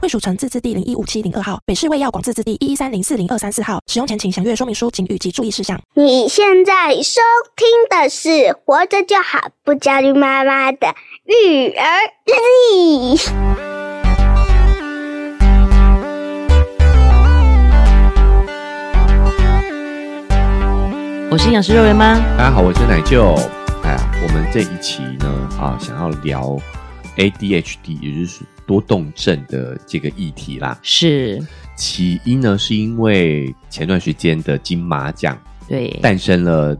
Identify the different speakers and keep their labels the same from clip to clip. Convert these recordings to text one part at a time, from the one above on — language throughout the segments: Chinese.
Speaker 1: 惠蜀城自治地零一五七零二号，北市卫药广自治地一一三零四零二三四号。使用前请详阅说明书请及注意事项。
Speaker 2: 你现在收听的是《活着就好》，不焦虑妈妈的育儿日历。
Speaker 3: 我是营养师肉圆妈，
Speaker 4: 大家好，我是奶舅。哎呀，我们这一期呢啊，想要聊 ADHD，也就是多动症的这个议题啦。
Speaker 3: 是
Speaker 4: 起因呢，是因为前段时间的金马奖
Speaker 3: 对
Speaker 4: 诞生了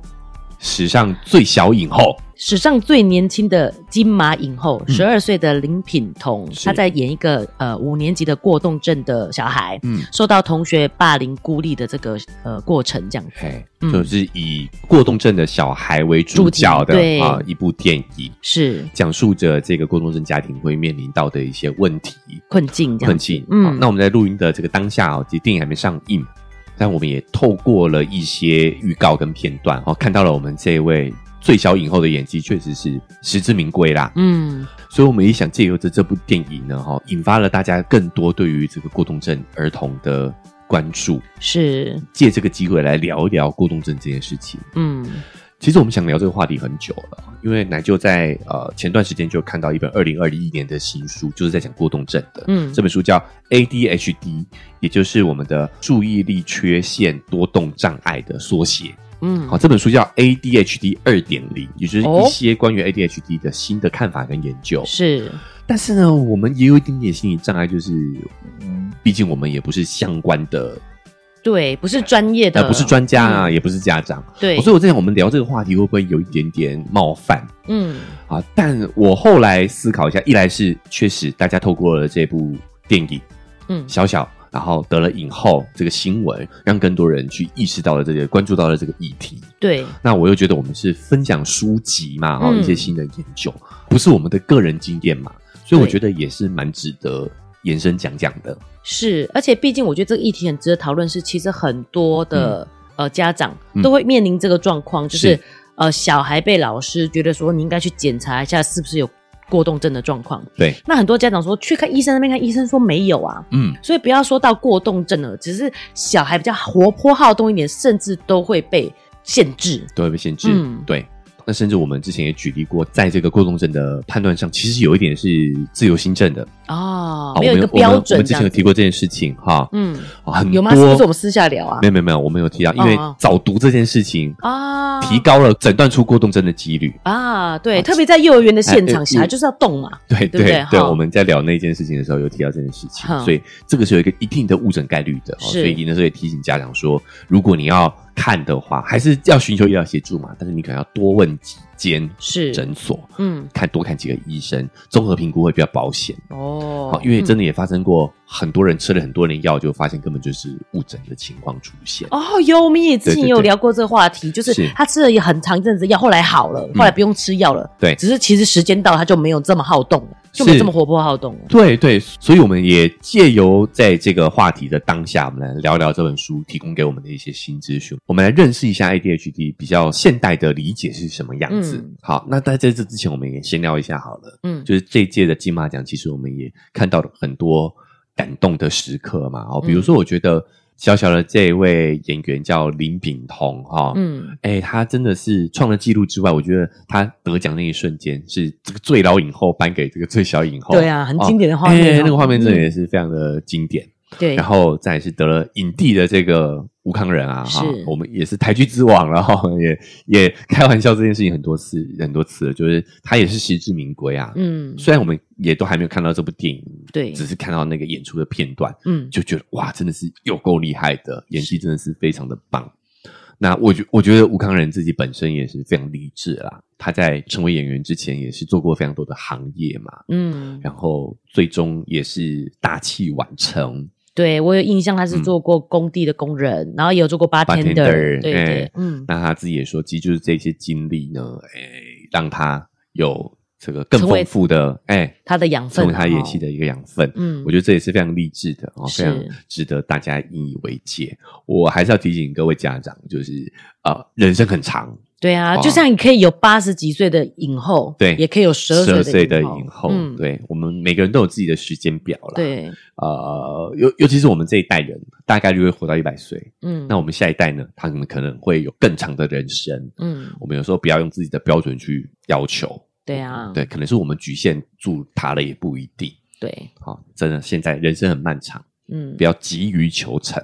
Speaker 4: 史上最小影后，
Speaker 3: 史上最年轻的金马影后，
Speaker 4: 嗯
Speaker 3: 十二岁的林品彤，
Speaker 4: 是
Speaker 3: 她在演一个呃五年级的过动症的小孩，
Speaker 4: 嗯，
Speaker 3: 受到同学霸凌孤立的这个呃过程，这样子
Speaker 4: 嘿，
Speaker 3: 嗯
Speaker 4: 哎就是以过动症的小孩为主角
Speaker 3: 主题
Speaker 4: 的
Speaker 3: 对
Speaker 4: 啊一部电影，
Speaker 3: 是
Speaker 4: 讲述着这个过动症家庭会面临到的一些问题。
Speaker 3: 困境这样
Speaker 4: 困
Speaker 3: 子
Speaker 4: 境。
Speaker 3: 嗯
Speaker 4: 嗯，那我们在录音的这个当下哦，其实电影还没上映，但我们也透过了一些预告跟片段哦，看到了我们这位最小影后的演技确实是实至名归啦。
Speaker 3: 嗯，
Speaker 4: 所以我们也想借由着这部电影呢，哈、哦，引发了大家更多对于这个过动症儿童的关注，
Speaker 3: 是
Speaker 4: 借这个机会来聊一聊过动症这件事情。
Speaker 3: 嗯
Speaker 4: 其实我们想聊这个话题很久了，因为奶舅在呃前段时间就看到一本二零二一年的新书，就是在讲过动症的。
Speaker 3: 嗯
Speaker 4: 这本书叫《ADHD》，也就是我们的注意力缺陷多动障碍的缩写。
Speaker 3: 嗯
Speaker 4: 好，这本书叫《ADHD 二点零》，也就是
Speaker 3: 哦
Speaker 4: 一些关于 ADHD 的新的看法跟研究。
Speaker 3: 是
Speaker 4: 但是呢，我们也有一点点心理障碍，就是，嗯，毕竟我们也不是相关的，
Speaker 3: 对，不是专业的，
Speaker 4: 呃，不是专家啊，
Speaker 3: 嗯
Speaker 4: 也不是家长。哦
Speaker 3: 对，
Speaker 4: 所以我在想，我们聊这个话题会不会有一点点冒犯？
Speaker 3: 嗯
Speaker 4: 啊，但我后来思考一下，一来是确实大家透过了这部电影
Speaker 3: 嗯
Speaker 4: 《小小》，然后得了影后这个新闻，让更多人去意识到了这个，关注到了这个议题。
Speaker 3: 对
Speaker 4: 那我又觉得我们是分享书籍嘛，哈、
Speaker 3: 嗯
Speaker 4: 一些新的研究，不是我们的个人经验嘛，所以我
Speaker 3: 对
Speaker 4: 觉得也是蛮值得延伸讲讲的。
Speaker 3: 是，而且毕竟我觉得这个议题很值得讨论，是其实很多的、呃家长
Speaker 4: 嗯
Speaker 3: 都会面临这个状况，就是
Speaker 4: 是
Speaker 3: 呃小孩被老师觉得说你应该去检查一下是不是有过动症的状况。
Speaker 4: 对，
Speaker 3: 那很多家长说去看医生那边看，医生说没有啊，
Speaker 4: 嗯，
Speaker 3: 所以不要说到过动症了，只是小孩比较活泼好动一点，甚至都会被限制。
Speaker 4: 都会被限制。
Speaker 3: 嗯
Speaker 4: 对。那甚至我们之前也举例过，在这个过动症的判断上，其实有一点是自由心证的，
Speaker 3: 哦
Speaker 4: 啊，
Speaker 3: 没有
Speaker 4: 我
Speaker 3: 一个
Speaker 4: 们我
Speaker 3: 标
Speaker 4: 们我
Speaker 3: 准
Speaker 4: 们之
Speaker 3: 这
Speaker 4: 前有
Speaker 3: 样
Speaker 4: 提
Speaker 3: 子。
Speaker 4: 过这件事情哈，
Speaker 3: 嗯，
Speaker 4: 啊很
Speaker 3: 有吗？
Speaker 4: 多
Speaker 3: 是不是我们私下聊啊
Speaker 4: 没？有没有没有，我们有提到，因为
Speaker 3: 哦
Speaker 4: 早读这件事情
Speaker 3: 啊，
Speaker 4: 提高了诊断出过动症的几率。
Speaker 3: 啊，对，
Speaker 4: 啊
Speaker 3: 特别在幼儿园的现场，
Speaker 4: 哎
Speaker 3: 小孩
Speaker 4: 哎
Speaker 3: 就是要动嘛。
Speaker 4: 对
Speaker 3: 对不对
Speaker 4: 对
Speaker 3: 哈
Speaker 4: 我们在聊那件事情的时候有提到这件事情
Speaker 3: 哼，
Speaker 4: 所以这个是有一个一定的误诊概率的，哦
Speaker 3: 是
Speaker 4: 所以那时候也提醒家长说，如果你要看的话，还是要寻求医疗协助嘛，但是你可能要多问几间
Speaker 3: 是
Speaker 4: 诊所，
Speaker 3: 嗯，
Speaker 4: 看多看几个医生，综合评估会比较保险。
Speaker 3: 哦
Speaker 4: 好，因为真的也发生过很多人吃了很多人的药，就发现根本就是误诊的情况出现。
Speaker 3: 哦，有我们也之
Speaker 4: 对
Speaker 3: 前
Speaker 4: 对
Speaker 3: 有
Speaker 4: 对
Speaker 3: 聊过这个话题，就是
Speaker 4: 是嗯
Speaker 3: 他吃了也很长一阵子药，后来好了，后来不用吃药了，
Speaker 4: 对
Speaker 3: 只是其实时间到了，他就没有这么好动了，就没有
Speaker 4: 是
Speaker 3: 这么活泼好动了。
Speaker 4: 对对，所以我们也借由在这个话题的当下，我们来聊聊这本书提供给我们的一些新资讯，我们来认识一下 ADHD 比较现代的理解是什么样子。
Speaker 3: 嗯
Speaker 4: 好，那在这之前，我们也先聊一下好了。
Speaker 3: 嗯，
Speaker 4: 就是这一届的金马奖，其实我们也看到了很多感动的时刻嘛。哦，比如
Speaker 3: 嗯
Speaker 4: 说，我觉得小小的这一位演员叫林炳彤哈、哦，
Speaker 3: 嗯，
Speaker 4: 哎、他真的是创了纪录之外，我觉得他得奖那一瞬间是这个最老影后颁给这个最小影后，
Speaker 3: 对啊很经典的画面
Speaker 4: 哎
Speaker 3: 哦
Speaker 4: 那个画面真的
Speaker 3: 嗯
Speaker 4: 也是非常的经典。
Speaker 3: 对
Speaker 4: 然，后再来是得了影帝的这个吴康仁啊，哈
Speaker 3: 是，
Speaker 4: 我们也是台剧之王了哈，也也开玩笑这件事情很多次很多次了，就是他也是实至名归啊。
Speaker 3: 嗯，
Speaker 4: 虽然我们也都还没有看到这部电影，
Speaker 3: 对
Speaker 4: 只是看到那个演出的片段，
Speaker 3: 嗯，
Speaker 4: 就觉得哇，真的是有够厉害的，演技真的是非常的棒。那我觉我觉得吴康仁自己本身也是非常励志啦，他在成为演员之前也是做过非常多的行业嘛，
Speaker 3: 嗯，
Speaker 4: 然后最终也是大器晚成。
Speaker 3: 对我有印象，他是做过工地的工人，然后也有做过 bartender，
Speaker 4: 嗯 bartender，
Speaker 3: 对
Speaker 4: 哎
Speaker 3: 对，嗯，
Speaker 4: 那他自己也说，其实就是这些经历呢，哎，让他有这个更
Speaker 3: 成为
Speaker 4: 丰富的哎，
Speaker 3: 他的养分
Speaker 4: 成
Speaker 3: 啊，
Speaker 4: 为他演戏的一个养分。
Speaker 3: 嗯
Speaker 4: 我觉得这也是非常励志的哦，
Speaker 3: 是
Speaker 4: 非常值得大家引以为戒。我还是要提醒各位家长，就是呃，人生很长，
Speaker 3: 对啊，
Speaker 4: 哇
Speaker 3: 就像你可以有八十几岁的影后，
Speaker 4: 哦对
Speaker 3: 也可以有十二
Speaker 4: 岁
Speaker 3: 的
Speaker 4: 的
Speaker 3: 影
Speaker 4: 影后，
Speaker 3: 嗯，
Speaker 4: 对我们每个人都有自己的时间表啦。，
Speaker 3: 对，
Speaker 4: 呃，尤尤其是我们这一代人，大概率会活到一百岁。
Speaker 3: 嗯，
Speaker 4: 那我们下一代呢，他们可能会有更长的人生。
Speaker 3: 嗯，
Speaker 4: 我们有时候不要用自己的标准去要求，
Speaker 3: 对啊，
Speaker 4: 对，可能是我们局限住他了，也不一定。
Speaker 3: 对，
Speaker 4: 好、真的，现在人生很漫长，
Speaker 3: 嗯
Speaker 4: 不，要急于求成，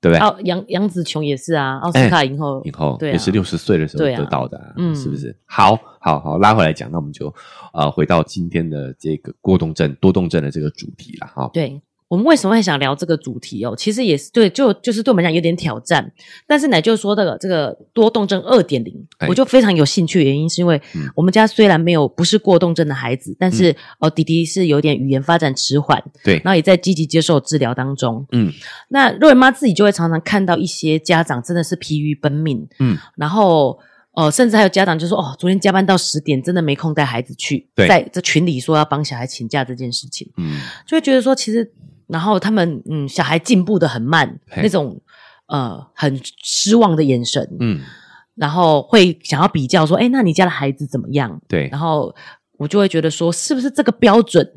Speaker 4: 对不对？
Speaker 3: 奥杨杨紫琼也是啊，奥斯卡影后，
Speaker 4: 以哎后
Speaker 3: 对啊
Speaker 4: 也是六十岁的时候
Speaker 3: 对啊
Speaker 4: 得到的、啊，
Speaker 3: 嗯
Speaker 4: 是不是？好，好，好，拉回来讲，那我们就呃回到今天的这个过动症、多动症的这个主题了哈。
Speaker 3: 对。我们为什么会想聊这个主题哦？其实也是对，就就是对我们来讲有点挑战。但是奶就说这个这个多动症二点零
Speaker 4: 哎，
Speaker 3: 我就非常有兴趣，原因是因为
Speaker 4: 嗯
Speaker 3: 我们家虽然没有不是过动症的孩子，但是、哦弟弟是有点语言发展迟缓，
Speaker 4: 对，
Speaker 3: 然后也在积极接受治疗当中。
Speaker 4: 嗯
Speaker 3: 那瑞文妈自己就会常常看到一些家长真的是疲于奔命，
Speaker 4: 嗯，
Speaker 3: 然后呃，甚至还有家长就说哦，昨天加班到十点，真的没空带孩子去，
Speaker 4: 对
Speaker 3: 在这群里说要帮小孩请假这件事情，
Speaker 4: 嗯，
Speaker 3: 就会觉得说其实，然后他们嗯，小孩进步的很慢，
Speaker 4: 嘿
Speaker 3: 那种呃很失望的眼神，
Speaker 4: 嗯，
Speaker 3: 然后会想要比较说，哎，那你家的孩子怎么样？
Speaker 4: 对
Speaker 3: 然，后我就会觉得说，是不是这个标准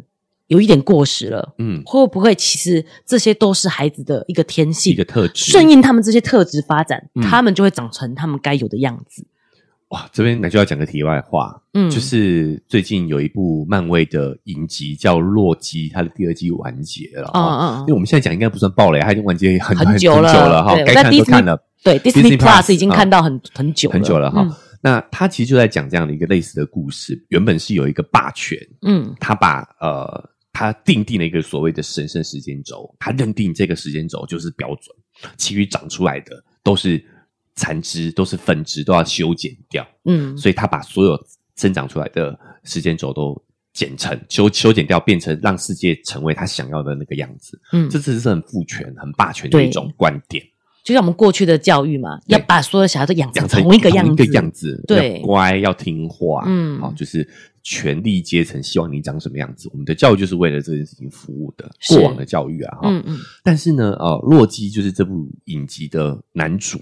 Speaker 3: 有一点过时了？
Speaker 4: 嗯，
Speaker 3: 会不会其实这些都是孩子的一个天
Speaker 4: 一
Speaker 3: 性
Speaker 4: 个，特质。
Speaker 3: 顺应他们这些特质发展，
Speaker 4: 嗯
Speaker 3: 他们就会长成他们该有的样子。
Speaker 4: 哇，这边那就要讲个题外话，
Speaker 3: 嗯，
Speaker 4: 就是最近有一部漫威的影集叫《洛基》，它的第二季完结了
Speaker 3: 嗯
Speaker 4: 哈。
Speaker 3: 嗯
Speaker 4: 哦因为
Speaker 3: 嗯，
Speaker 4: 我们现在讲应该不算爆雷，它已经完结很
Speaker 3: 很久
Speaker 4: 久
Speaker 3: 了
Speaker 4: 了哈
Speaker 3: 对，
Speaker 4: 该
Speaker 3: 我在
Speaker 4: 看都
Speaker 3: Disney-
Speaker 4: 看了。
Speaker 3: 对，Disney Plus
Speaker 4: Disney Plus，啊
Speaker 3: 已经看到很很久
Speaker 4: 很久了哈
Speaker 3: 嗯。
Speaker 4: 那他其实就在讲这样的一个类似的故事，原本是有一个霸权，
Speaker 3: 嗯
Speaker 4: 他把呃他定定了一个所谓的神圣时间轴，他认定这个时间轴就是标准，其余长出来的都是残枝，都是分支，都要修剪掉，
Speaker 3: 嗯，
Speaker 4: 所以他把所有生长出来的时间轴都。剪成修修剪掉，变成让世界成为他想要的那个样子，
Speaker 3: 嗯
Speaker 4: 这只是很父权、很霸权的一种观点。
Speaker 3: 就像我们过去的教育嘛，
Speaker 4: 对
Speaker 3: 要把所有小孩都养成
Speaker 4: 养成
Speaker 3: 同一个样
Speaker 4: 一
Speaker 3: 子
Speaker 4: 个。样子，
Speaker 3: 对
Speaker 4: 要乖，要听话，
Speaker 3: 嗯
Speaker 4: 嗯，好、就是权力阶层希望你长什么样子。我们的教育就是为了这件事情服务的，
Speaker 3: 是
Speaker 4: 过往的教育啊，哈、
Speaker 3: 嗯嗯
Speaker 4: 但是呢，呃，洛基就是这部影集的男主，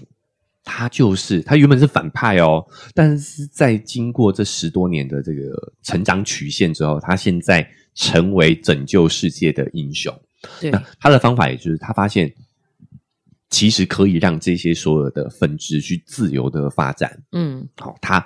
Speaker 4: 他就是他原本是反派哦，但是在经过这十多年的这个成长曲线之后，他现在成为拯救世界的英雄。
Speaker 3: 嗯对
Speaker 4: 那他的方法也就是他发现，其实可以让这些所有的分支去自由的发展。
Speaker 3: 嗯
Speaker 4: 好、它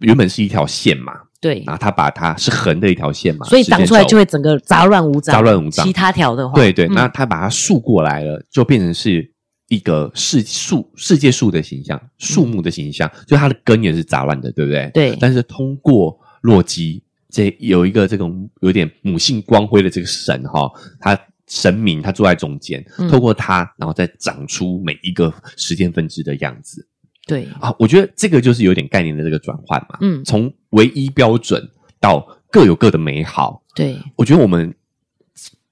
Speaker 4: 原本是一条线嘛，
Speaker 3: 对，
Speaker 4: 然后他把它是横的一条线嘛，
Speaker 3: 所以长出来就
Speaker 4: 会
Speaker 3: 会整个杂乱无章。
Speaker 4: 杂乱无章
Speaker 3: 其他条的话，
Speaker 4: 对对。
Speaker 3: 嗯
Speaker 4: 那他把它竖过来了，就变成是一个世树世界树的形
Speaker 3: 嗯
Speaker 4: 象，树木的形象，就它的根也是杂乱的，对不对？
Speaker 3: 对
Speaker 4: 但是通过洛基这有一个这种有点母性光辉的这个神哈、他神明他坐在中间
Speaker 3: 嗯，
Speaker 4: 透过他，然后再长出每一个时间分支的样子
Speaker 3: 对，
Speaker 4: 啊。我觉得这个就是有点概念的这个转换嘛，
Speaker 3: 嗯
Speaker 4: 从唯一标准到各有各的美好。
Speaker 3: 对
Speaker 4: 我觉得我们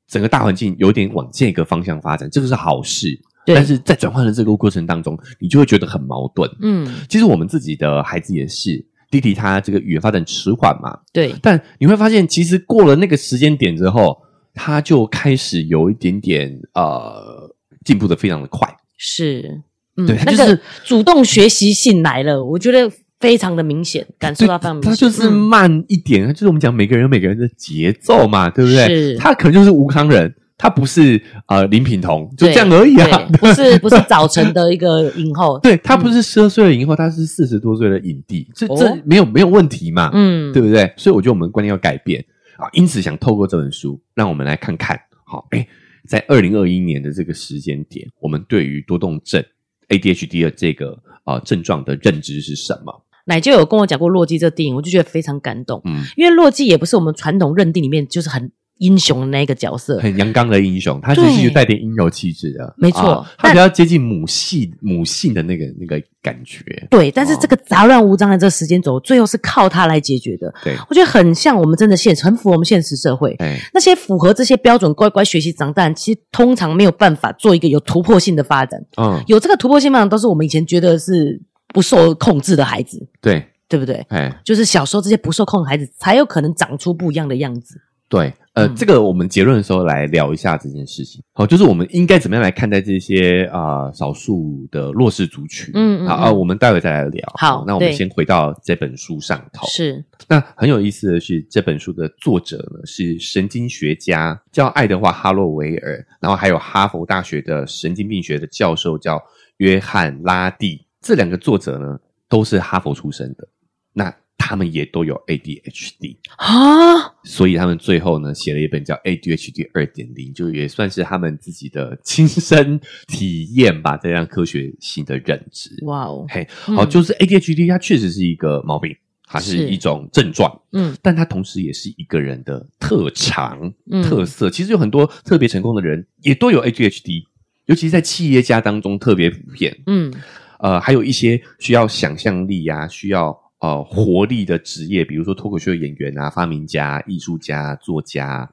Speaker 4: 整个大环境有点往这个方向发展，这个是好事。
Speaker 3: 对
Speaker 4: 但是在转换的这个过程当中，你就会觉得很矛盾。
Speaker 3: 嗯
Speaker 4: 其实我们自己的孩子也是，弟弟他这个语言发展迟缓嘛，
Speaker 3: 对，
Speaker 4: 但你会发现，其实过了那个时间点之后，他就开始有一点点呃进步的非常的快。
Speaker 3: 是，嗯，
Speaker 4: 对他
Speaker 3: 那
Speaker 4: 就是
Speaker 3: 个主动学习性来了，我觉得非常的明显，感受到非常明显。
Speaker 4: 他就是
Speaker 3: 嗯
Speaker 4: 慢一点，就是我们讲每个人有每个人的节奏嘛，对不
Speaker 3: 是
Speaker 4: 对？他可能就是吴康人，他不是呃林品彤，就这样而已啊。
Speaker 3: 对不是 不是早晨的一个影后，
Speaker 4: 对他不是十二岁了以后，他是四十多岁的影帝，这
Speaker 3: 嗯哦
Speaker 4: 这没有没有问题嘛，
Speaker 3: 嗯，
Speaker 4: 对不对？所以我觉得我们观念要改变啊，因此想透过这本书，让我们来看看，好，哎，在二零二一年的这个时间点，我们对于多动症 ADHD 的这个呃症状的认知是什么？
Speaker 3: 奶就有跟我讲过《洛基》这电影，我就觉得非常感动，
Speaker 4: 嗯，
Speaker 3: 因为《洛基》也不是我们传统认定里面就是很英雄的那个角色。
Speaker 4: 很阳刚的英雄，他其实有
Speaker 3: 对
Speaker 4: 带点阴柔气质的，
Speaker 3: 没错
Speaker 4: 啊他比较接近母系母性的那个那个感觉。
Speaker 3: 对，但是这个杂乱无章的这个时间轴，最后是靠它来解决的。
Speaker 4: 对，
Speaker 3: 我觉得很像我们真的现实，很符合我们现实社会。
Speaker 4: 哎，
Speaker 3: 那些符合这些标准、乖乖学习长大，其实通常没有办法做一个有突破性的发展。
Speaker 4: 嗯，
Speaker 3: 有这个突破性发展，都是我们以前觉得是不受控制的孩子，
Speaker 4: 对，
Speaker 3: 对不对？
Speaker 4: 哎，
Speaker 3: 就是小时候这些不受控的孩子，才有可能长出不一样的样子。
Speaker 4: 对，呃，
Speaker 3: 嗯
Speaker 4: 这个我们结论的时候来聊一下这件事情。好，就是我们应该怎么样来看待这些啊、少数的弱势族群？
Speaker 3: 嗯嗯
Speaker 4: 好、
Speaker 3: 嗯
Speaker 4: 啊，我们待会再来聊。
Speaker 3: 好
Speaker 4: 那我们
Speaker 3: 对
Speaker 4: 先回到这本书上头。
Speaker 3: 是，
Speaker 4: 那很有意思的是，这本书的作者呢是神经学家，叫爱德华·哈洛维尔，然后还有哈佛大学的神经病学的教授叫约翰·拉蒂。这两个作者呢都是哈佛出身的，那他们也都有 ADHD
Speaker 3: 啊，
Speaker 4: 所以他们最后呢写了一本叫《ADHD 二点零》，就也算是他们自己的亲身体验吧，这样科学性的认知。
Speaker 3: 哇哦，
Speaker 4: 嘿，
Speaker 3: 嗯
Speaker 4: 好，就是 ADHD 它确实是一个毛病，它
Speaker 3: 是
Speaker 4: 是一种症状。
Speaker 3: 嗯
Speaker 4: 但它同时也是一个人的特长、
Speaker 3: 嗯
Speaker 4: 特色。其实有很多特别成功的人也都有 ADHD，尤其是在企业家当中特别普遍。
Speaker 3: 嗯，
Speaker 4: 呃，还有一些需要想象力啊，需要呃活力的职业，比如说脱口秀演员啊、发明家、艺术家、作家。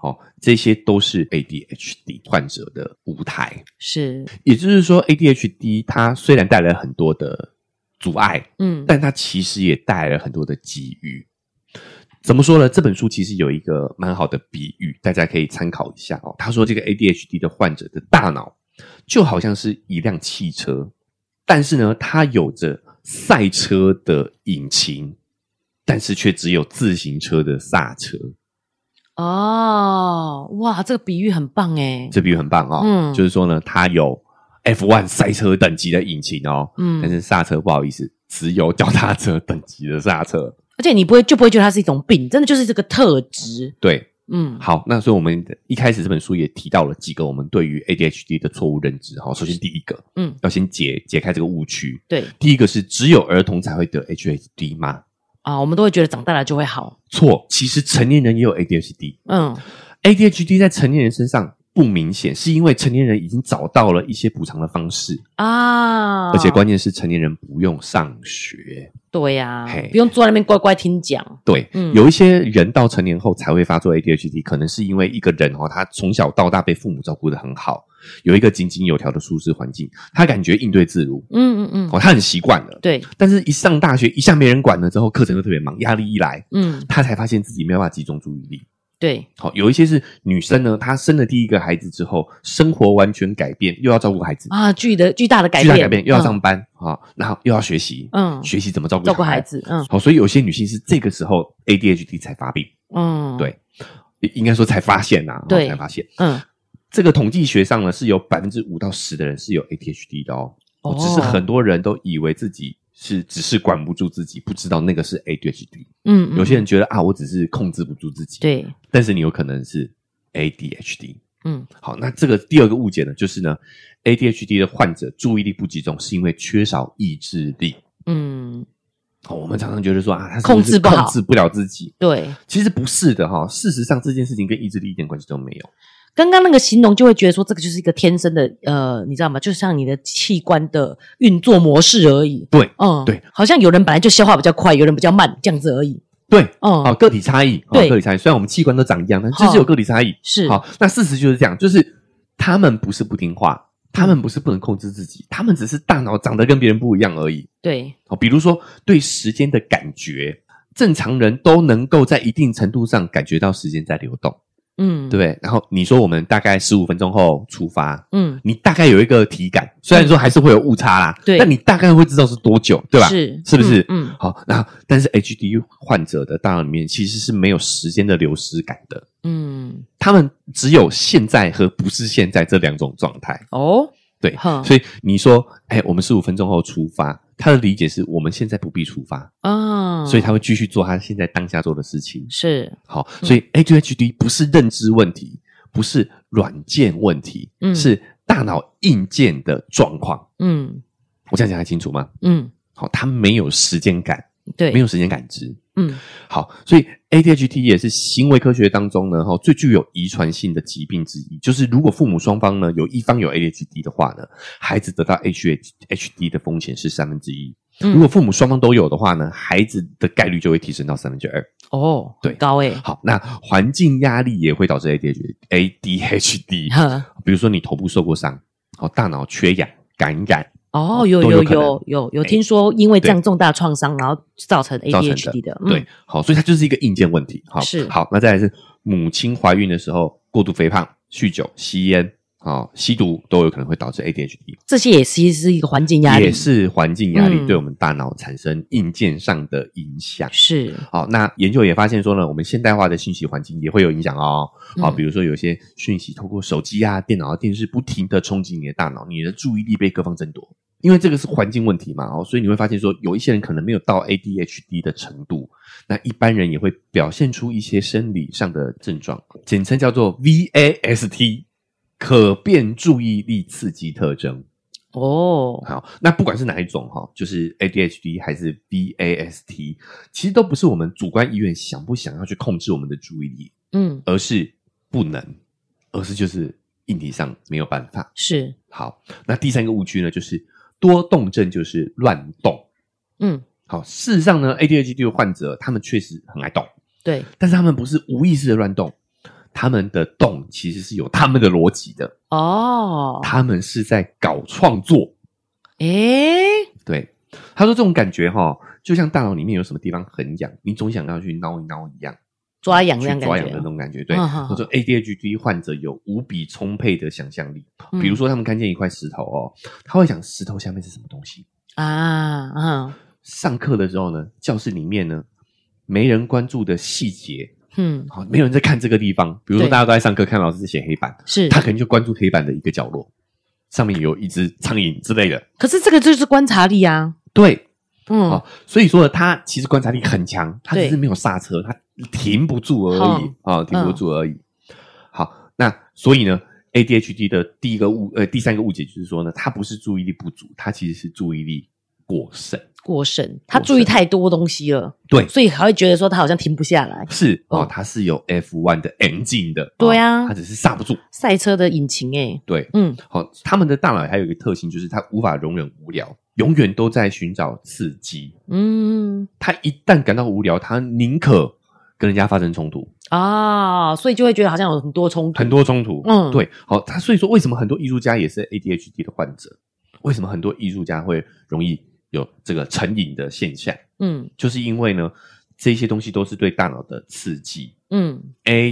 Speaker 4: 哦，这些都是 ADHD 患者的舞台。
Speaker 3: 是，
Speaker 4: 也就是说，ADHD 它虽然带来很多的阻碍，
Speaker 3: 嗯
Speaker 4: 但它其实也带来了很多的机遇。怎么说呢？这本书其实有一个蛮好的比喻，大家可以参考一下哦。他说，这个 ADHD 的患者的大脑就好像是一辆汽车，但是呢，它有着赛车的引擎，但是却只有自行车的刹车。
Speaker 3: 哦，哇，这个比喻很棒哎，
Speaker 4: 这比喻很棒哦。
Speaker 3: 嗯
Speaker 4: 就是说呢，它有 F1 赛车等级的引擎哦，
Speaker 3: 嗯
Speaker 4: 但是刹车不好意思，只有脚踏车等级的刹车。
Speaker 3: 而且你不会就不会觉得它是一种病，真的就是这个特质，
Speaker 4: 对，
Speaker 3: 嗯，
Speaker 4: 好，那所以我们一开始这本书也提到了几个我们对于 ADHD 的错误认知哈。首先第一个，
Speaker 3: 嗯，
Speaker 4: 要先解解开这个误区。
Speaker 3: 对
Speaker 4: 第一个是只有儿童才会得 ADHD 吗？
Speaker 3: 啊，我们都会觉得长大了就会好，
Speaker 4: 错，其实成年人也有 ADHD。
Speaker 3: 嗯
Speaker 4: ADHD 在成年人身上不明显，是因为成年人已经找到了一些补偿的方式，
Speaker 3: 啊，
Speaker 4: 而且关键是成年人不用上学。
Speaker 3: 对呀、
Speaker 4: 嘿
Speaker 3: 不用坐在那边乖乖听讲，
Speaker 4: 对，
Speaker 3: 嗯
Speaker 4: 有一些人到成年后才会发作 ADHD，可能是因为一个人哦，他从小到大被父母照顾的很好，有一个井井有条的舒适环境，他感觉应对自如，
Speaker 3: 嗯嗯嗯，
Speaker 4: 哦，他很习惯了。
Speaker 3: 对，
Speaker 4: 但是，一上大学，一下没人管了之后，课程就特别忙，压力一来，
Speaker 3: 嗯
Speaker 4: 他才发现自己没有办法集中注意力。
Speaker 3: 对，
Speaker 4: 好、有一些是女生呢，她生了第一个孩子之后，生活完全改变，又要照顾孩子，
Speaker 3: 啊，巨的巨大的改
Speaker 4: 巨
Speaker 3: 变，
Speaker 4: 大改变，又要上
Speaker 3: 嗯
Speaker 4: 班啊、好然后又要学习，
Speaker 3: 嗯
Speaker 4: 学习怎么照顾
Speaker 3: 照顾孩
Speaker 4: 子。哦
Speaker 3: 子，嗯
Speaker 4: 好、所以有些女性是这个时候 ADHD 才发病。
Speaker 3: 嗯，
Speaker 4: 对应该说才发现呐、哦
Speaker 3: 对
Speaker 4: 才发现
Speaker 3: 嗯，
Speaker 4: 这个统计学上呢是有百分之五到十的人是有 ADHD 的哦，
Speaker 3: 哦
Speaker 4: 只是很多人都以为自己是只是管不住自己，不知道那个是 ADHD。
Speaker 3: 嗯，嗯
Speaker 4: 有些人觉得啊，我只是控制不住自己，，
Speaker 3: 对，
Speaker 4: 但是你有可能是 ADHD。
Speaker 3: 嗯，
Speaker 4: 好，那这个第二个误解呢，就是呢，ADHD 的患者注意力不集中是因为缺少意志力。
Speaker 3: 嗯，
Speaker 4: 哦，我们常常觉得说啊，他是
Speaker 3: 控
Speaker 4: 不是
Speaker 3: 制不好
Speaker 4: 控制不了自己，
Speaker 3: 对，
Speaker 4: 其实不是的哈、事实上，这件事情跟意志力一点关系都没有。
Speaker 3: 刚刚那个形容就会觉得说，这个就是一个天生的，呃，你知道吗？就像你的器官的运作模式而已。
Speaker 4: 对，
Speaker 3: 嗯，
Speaker 4: 对，
Speaker 3: 好像有人本来就消化比较快，有人比较慢，这样子而已。
Speaker 4: 对，
Speaker 3: 嗯，
Speaker 4: 哦，个体差异，哦
Speaker 3: 对
Speaker 4: 个体差异。虽然我们器官都长一样，但就是有个体差异。
Speaker 3: 是，
Speaker 4: 好，那事实就是这样，就是他们不是不听话，他
Speaker 3: 嗯
Speaker 4: 们不是不能控制自己，他们只是大脑长得跟别人不一样而已。
Speaker 3: 对，
Speaker 4: 哦，比如说对时间的感觉，正常人都能够在一定程度上感觉到时间在流动，
Speaker 3: 嗯，
Speaker 4: 对不，对？然后你说我们大概十五分钟后出发。
Speaker 3: 嗯，
Speaker 4: 你大概有一个体感，虽然说还是会有误差啦，
Speaker 3: 对
Speaker 4: 但你大概会知道是多久，对吧？
Speaker 3: 是，
Speaker 4: 是不是？
Speaker 3: 嗯，嗯
Speaker 4: 好，那但是 HD 患者的大脑里面其实是没有时间的流失感的，
Speaker 3: 嗯，
Speaker 4: 他们只有现在和不是现在这两种状态。
Speaker 3: 哦，
Speaker 4: 对，
Speaker 3: 哼
Speaker 4: 所以你说，哎，我们十五分钟后出发，他的理解是我们现在不必出发，
Speaker 3: 啊，
Speaker 4: 所以他会继续做他现在当下做的事情。
Speaker 3: 是，
Speaker 4: 好，所以 ADHD 不是认知问题，不是软件问题，
Speaker 3: 嗯
Speaker 4: 是大脑硬件的状况。
Speaker 3: 嗯
Speaker 4: 我这样讲还清楚吗？
Speaker 3: 嗯，
Speaker 4: 好，他没有时间感，
Speaker 3: 对，
Speaker 4: 没有时间感知。
Speaker 3: 嗯
Speaker 4: 好，所以 ADHD 也是行为科学当中呢，哈，最具有遗传性的疾病之一。就是如果父母双方呢有一方有 ADHD 的话呢，孩子得到 ADHD 的风险是三分之一。
Speaker 3: 嗯
Speaker 4: 如果父母双方都有的话呢，孩子的概率就会提升到三分之二。
Speaker 3: 哦，
Speaker 4: 对
Speaker 3: 很高哎、
Speaker 4: 好，那环境压力也会导致 ADHD ADHD，
Speaker 3: 呵
Speaker 4: 比如说你头部受过伤，好，大脑缺氧、感染，
Speaker 3: 哦，有
Speaker 4: 都有
Speaker 3: 有
Speaker 4: 可能
Speaker 3: 有有有
Speaker 4: 哎
Speaker 3: 听说因为这样
Speaker 4: 对
Speaker 3: 重大创伤，然后造成
Speaker 4: 造成
Speaker 3: ADHD 的，嗯
Speaker 4: 对，，好，所以它就是一个硬件问题。好，
Speaker 3: 是
Speaker 4: 好，那再来是母亲怀孕的时候过度肥胖、酗酒、吸烟、哦、吸毒都有可能会导致 ADHD，
Speaker 3: 这些也其实是一个环境压力，
Speaker 4: 也是环境压力
Speaker 3: 嗯
Speaker 4: 对我们大脑产生硬件上的影响。
Speaker 3: 是
Speaker 4: 好，那研究也发现说呢，我们现代化的信息环境也会有影响哦。好，
Speaker 3: 嗯
Speaker 4: 比如说有些讯息透过手机啊、电脑啊、电视不停的冲击你的大脑，你的注意力被各方争夺，因为这个是环境问题嘛。哦，所以你会发现说，有一些人可能没有到 ADHD 的程度，那一般人也会表现出一些生理上的症状，简称叫做 VAST，可变注意力刺激特征。
Speaker 3: 哦，
Speaker 4: 好，那不管是哪一种哈，就是 ADHD 还是 BAST，其实都不是我们主观意愿想不想要去控制我们的注意力，
Speaker 3: 嗯，
Speaker 4: 而是不能，而是就是硬体上没有办法。
Speaker 3: 是，
Speaker 4: 好，那第三个误区呢，就是多动症就是乱动。
Speaker 3: 嗯，
Speaker 4: 好，事实上呢，ADHD 的患者他们确实很爱动，
Speaker 3: 对，
Speaker 4: 但是他们不是无意识的乱动，他们的动其实是有他们的逻辑的，
Speaker 3: 哦，
Speaker 4: 他们是在搞创作。
Speaker 3: 诶，
Speaker 4: 对，他说这种感觉哈、就像大脑里面有什么地方很痒，你总想要去挠一挠一样，
Speaker 3: 抓痒那
Speaker 4: 去
Speaker 3: 样
Speaker 4: 抓
Speaker 3: 感
Speaker 4: 痒的
Speaker 3: 觉
Speaker 4: 那
Speaker 3: 哦，
Speaker 4: 种感觉。对，
Speaker 3: 嗯好
Speaker 4: 他说 ADHD 患者有无比充沛的想象力，比如
Speaker 3: 嗯
Speaker 4: 说他们看见一块石头哦，他会想石头下面是什么东西。
Speaker 3: 啊，嗯
Speaker 4: 上课的时候呢，教室里面呢没人关注的细节，
Speaker 3: 嗯，
Speaker 4: 好，没有人在看这个地方。比如说
Speaker 3: 对
Speaker 4: 大家都在上课，看老师在写黑板，
Speaker 3: 是
Speaker 4: 他，可能就关注黑板的一个角落，上面有一只苍蝇之类的。
Speaker 3: 可是这个就是观察力啊，
Speaker 4: 对，
Speaker 3: 嗯
Speaker 4: 哦，所以说呢，他其实观察力很强，他只
Speaker 3: 对嗯
Speaker 4: 是没有刹车，他停不住而已啊、停不住而已。好，那所以呢，ADHD 的第一个误呃第三个误解就是说呢，他不是注意力不足，他其实是注意力过剩。
Speaker 3: 过剩，他
Speaker 4: 过
Speaker 3: 注意
Speaker 4: 剩
Speaker 3: 太多东西了，
Speaker 4: 对
Speaker 3: 所以还会觉得说他好像停不下来，
Speaker 4: 是哦
Speaker 3: 哦，
Speaker 4: 他是有 F one 的 N 进的，哦
Speaker 3: 对啊
Speaker 4: 他只是刹不住。
Speaker 3: 赛车的引擎，诶，
Speaker 4: 对，
Speaker 3: 嗯，
Speaker 4: 好、他们的大脑还有一个特性，就是他无法容忍无聊，永远都在寻找刺激。
Speaker 3: 嗯
Speaker 4: 他一旦感到无聊，他宁可跟人家发生冲突，
Speaker 3: 啊，所以就会觉得好像有很多冲突，
Speaker 4: 很多冲突，
Speaker 3: 嗯
Speaker 4: 对，好，他所以说为什么很多艺术家也是 ADHD 的患者？为什么很多艺术家会容易有这个成瘾的现象？
Speaker 3: 嗯
Speaker 4: 就是因为呢，这些东西都是对大脑的刺激。
Speaker 3: 嗯，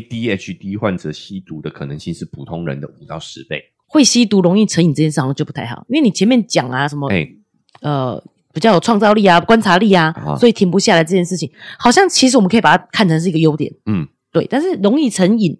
Speaker 4: ADHD 患者吸毒的可能性是普通人的五到十倍。
Speaker 3: 会吸毒容易成瘾这件事好像就不太好，因为你前面讲啊什么，
Speaker 4: 哎、
Speaker 3: 呃比较有创造力啊、观察力啊，
Speaker 4: 啊
Speaker 3: 所以停不下来这件事情，好像其实我们可以把它看成是一个优点，
Speaker 4: 嗯，
Speaker 3: 对。但是容易成瘾，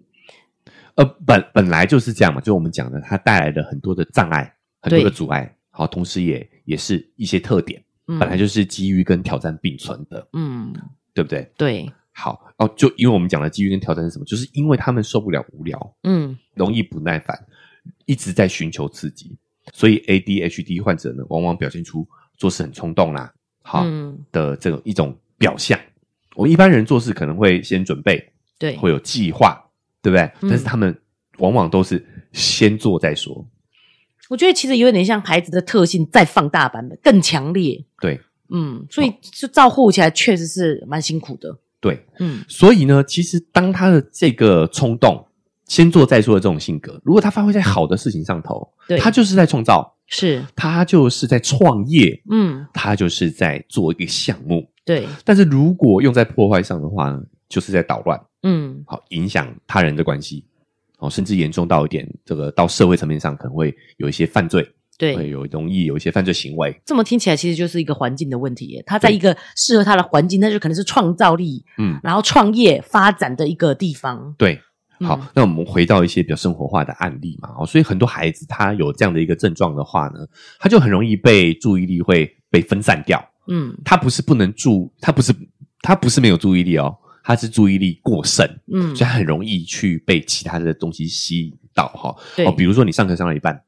Speaker 4: 呃，本本来就是这样嘛，就我们讲的，它带来的很多的障碍，很多的阻碍，好，同时也也是一些特点，
Speaker 3: 嗯、
Speaker 4: 本来就是机遇跟挑战并存的，
Speaker 3: 嗯，
Speaker 4: 对不对？
Speaker 3: 对，
Speaker 4: 好哦，就因为我们讲的机遇跟挑战是什么，就是因为他们受不了无聊，
Speaker 3: 嗯
Speaker 4: 容易不耐烦，一直在寻求刺激，所以 ADHD 患者呢，往往表现出做事很冲动啦，好、
Speaker 3: 嗯，
Speaker 4: 的这种一种表象。我们一般人做事可能会先准备，
Speaker 3: 对，
Speaker 4: 会有计划，对不对？
Speaker 3: 嗯
Speaker 4: 但是他们往往都是先做再说，
Speaker 3: 我觉得其实有点像孩子的特性再放大版本，更强烈，
Speaker 4: 对
Speaker 3: 嗯，所以就照顾起来确实是蛮辛苦的，
Speaker 4: 对。
Speaker 3: 嗯
Speaker 4: 所以呢，其实当他的这个冲动。先做再说的这种性格，如果他发挥在好的事情上头
Speaker 3: 对，
Speaker 4: 他就是在创造，
Speaker 3: 是，
Speaker 4: 他就是在创业，
Speaker 3: 嗯
Speaker 4: 他就是在做一个项目。
Speaker 3: 对，
Speaker 4: 但是如果用在破坏上的话呢，就是在捣乱，
Speaker 3: 嗯
Speaker 4: 好影响他人的关系，哦，甚至严重到一点，这个到社会层面上可能会有一些犯罪，会
Speaker 3: 对。
Speaker 4: 有容易有一些犯罪行为。
Speaker 3: 这么听起来，其实就是一个环境的问题耶。他在一个适合他的环境，那就可能是创造力，
Speaker 4: 嗯，
Speaker 3: 然后创业发展的一个地方。
Speaker 4: 对。
Speaker 3: 嗯
Speaker 4: 好，那我们回到一些比较生活化的案例嘛，哦，所以很多孩子他有这样的一个症状的话呢，他就很容易被注意力会被分散掉，
Speaker 3: 嗯
Speaker 4: 他不是不能注，他不是他不是没有注意力哦，他是注意力过剩，
Speaker 3: 嗯
Speaker 4: 所以他很容易去被其他的东西吸引到哈。
Speaker 3: 对嗯
Speaker 4: 哦，比如说你上课上到一半，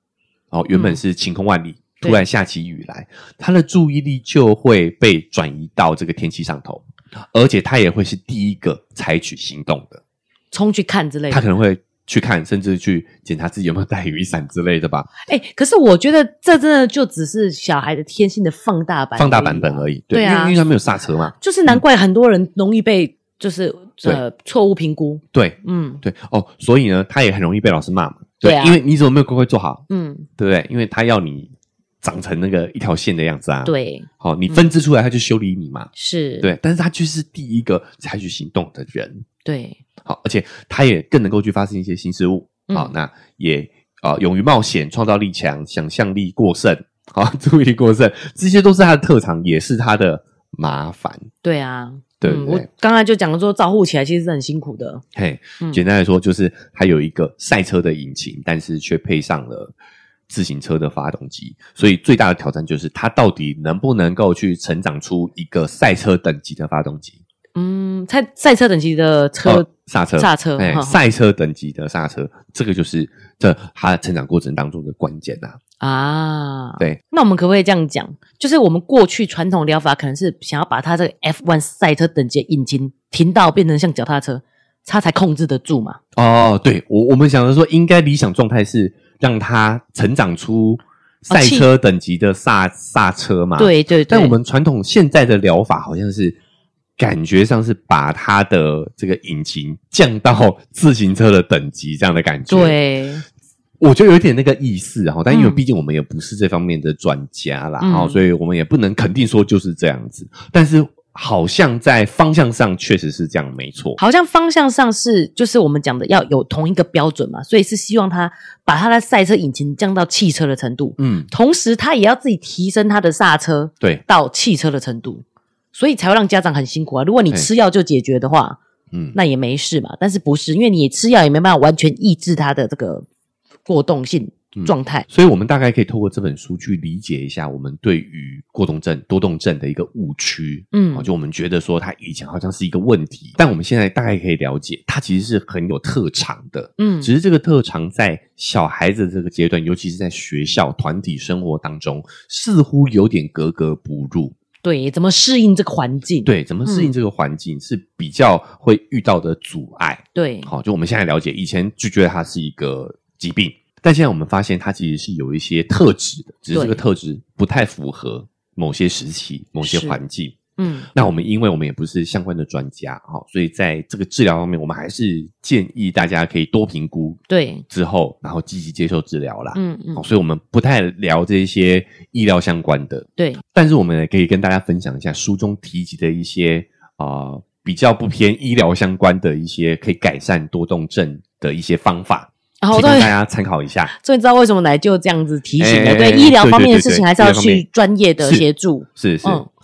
Speaker 4: 哦，原本是晴空万里，
Speaker 3: 对
Speaker 4: 突然下起雨来，他的注意力就会被转移到这个天气上头，而且他也会是第一个采取行动的。
Speaker 3: 冲去看之类
Speaker 4: 他可
Speaker 3: 的。
Speaker 4: 能会去看，甚至去检查自己有没有带雨伞之类的吧，
Speaker 3: 哎、可是我觉得这真的就只是小孩的天性的放大版、
Speaker 4: 放大版本而
Speaker 3: 已。
Speaker 4: 已。对，
Speaker 3: 啊对啊
Speaker 4: 因为因为他没有刹车嘛。
Speaker 3: 就是难怪很多人容易被就是
Speaker 4: 嗯
Speaker 3: 呃错误评估。
Speaker 4: 对
Speaker 3: 嗯
Speaker 4: 对哦，所以呢，他也很容易被老师骂嘛。
Speaker 3: 对啊
Speaker 4: 因为你怎么没有乖乖做好，
Speaker 3: 嗯，
Speaker 4: 对不对？因为他要你长成那个一条线的样子啊。，
Speaker 3: 对，嗯
Speaker 4: 好、你分支出来，他就修理你嘛。
Speaker 3: 是，
Speaker 4: 对，但是他就是第一个采取行动的人。
Speaker 3: 对，
Speaker 4: 好，而且他也更能够去发现一些新事物。
Speaker 3: 嗯
Speaker 4: 好，那也啊、呃勇于冒险，创造力强，想象力过剩，好， 注意力过剩，这些都是他的特长，也是他的麻烦。
Speaker 3: 对啊。
Speaker 4: 对
Speaker 3: 嗯
Speaker 4: 对
Speaker 3: 我刚才就讲了说，照护起来其实是很辛苦的。
Speaker 4: 嘿，
Speaker 3: 嗯
Speaker 4: 简单来说，就是它有一个赛车的引擎，但是却配上了自行车的发动机，所以最大的挑战就是它到底能不能够去成长出一个赛车等级的发动机？
Speaker 3: 嗯，赛赛车等级的车
Speaker 4: 哦刹车，
Speaker 3: 刹车
Speaker 4: 哎、
Speaker 3: 哈
Speaker 4: 赛车等级的刹车，这个就是这它成长过程当中的关键呐、
Speaker 3: 啊，
Speaker 4: 对，
Speaker 3: 那我们可不可以这样讲？就是我们过去传统疗法可能是想要把它这个 F1 赛车等级的引擎停到变成像脚踏车，它才控制得住嘛。
Speaker 4: 哦，对我我们想着说，应该理想状态是让它成长出赛
Speaker 3: 气
Speaker 4: 车等级的刹刹车嘛？。
Speaker 3: 对对对，
Speaker 4: 啊但我们传统现在的疗法好像是感觉上是把它的这个引擎降到自行车的等级这样的感觉。，
Speaker 3: 对
Speaker 4: 我就有点那个意思哈，但因为
Speaker 3: 嗯
Speaker 4: 毕竟我们也不是这方面的专家啦，
Speaker 3: 嗯
Speaker 4: 哈、所以我们也不能肯定说就是这样子。但是好像在方向上确实是这样，没错。
Speaker 3: 好像方向上是，就是我们讲的要有同一个标准嘛，所以是希望他把他的赛车引擎降到汽车的程度，
Speaker 4: 嗯，
Speaker 3: 同时他也要自己提升他的刹车
Speaker 4: 对，
Speaker 3: 到汽车的程度，所以才会让家长很辛苦啊。如果你
Speaker 4: 嘿
Speaker 3: 吃药就解决的话，
Speaker 4: 嗯，
Speaker 3: 那也没事嘛。但是不是因为你吃药也没办法完全抑制他的这个过动性状态？
Speaker 4: 所以我们大概可以透过这本书去理解一下我们对于过动症、多动症的一个误区。
Speaker 3: 嗯
Speaker 4: 哦就我们觉得说它以前好像是一个问题，但我们现在大概可以了解，它其实是很有特长的。
Speaker 3: 嗯
Speaker 4: 只是这个特长在小孩子这个阶段，尤其是在学校团体生活当中，似乎有点格格不入。
Speaker 3: 对，怎么适应这个环境？
Speaker 4: 对，怎么适
Speaker 3: 嗯
Speaker 4: 应这个环境是比较会遇到的阻碍。
Speaker 3: 对，
Speaker 4: 好，就我们现在了解，以前就觉得它是一个疾病，但现在我们发现它其实是有一些特质的，只是这个
Speaker 3: 对
Speaker 4: 特质不太符合某些时期、某些
Speaker 3: 是
Speaker 4: 环境。
Speaker 3: 嗯
Speaker 4: 那我们因为我们也不是相关的专家，哈、所以在这个治疗方面，我们还是建议大家可以多评估
Speaker 3: 对，
Speaker 4: 之后，然后积极接受治疗啦。
Speaker 3: 嗯
Speaker 4: 哦，
Speaker 3: 嗯
Speaker 4: 所以我们不太聊这些医疗相关的，
Speaker 3: 对，
Speaker 4: 但是我们也可以跟大家分享一下书中提及的一些啊、呃比较不偏医疗相关的一些可以改善多动症的一些方法，
Speaker 3: 然后
Speaker 4: 提
Speaker 3: 我
Speaker 4: 供
Speaker 3: 终于
Speaker 4: 大家参考一下。
Speaker 3: 终于知道为什么奶就这样子提醒了。
Speaker 4: 哎
Speaker 3: 对
Speaker 4: 哎哎
Speaker 3: 医疗方面的
Speaker 4: 对对对
Speaker 3: 事情，还是要
Speaker 4: 医疗方面
Speaker 3: 去专业的
Speaker 4: 是
Speaker 3: 协助。
Speaker 4: 是是，
Speaker 3: 嗯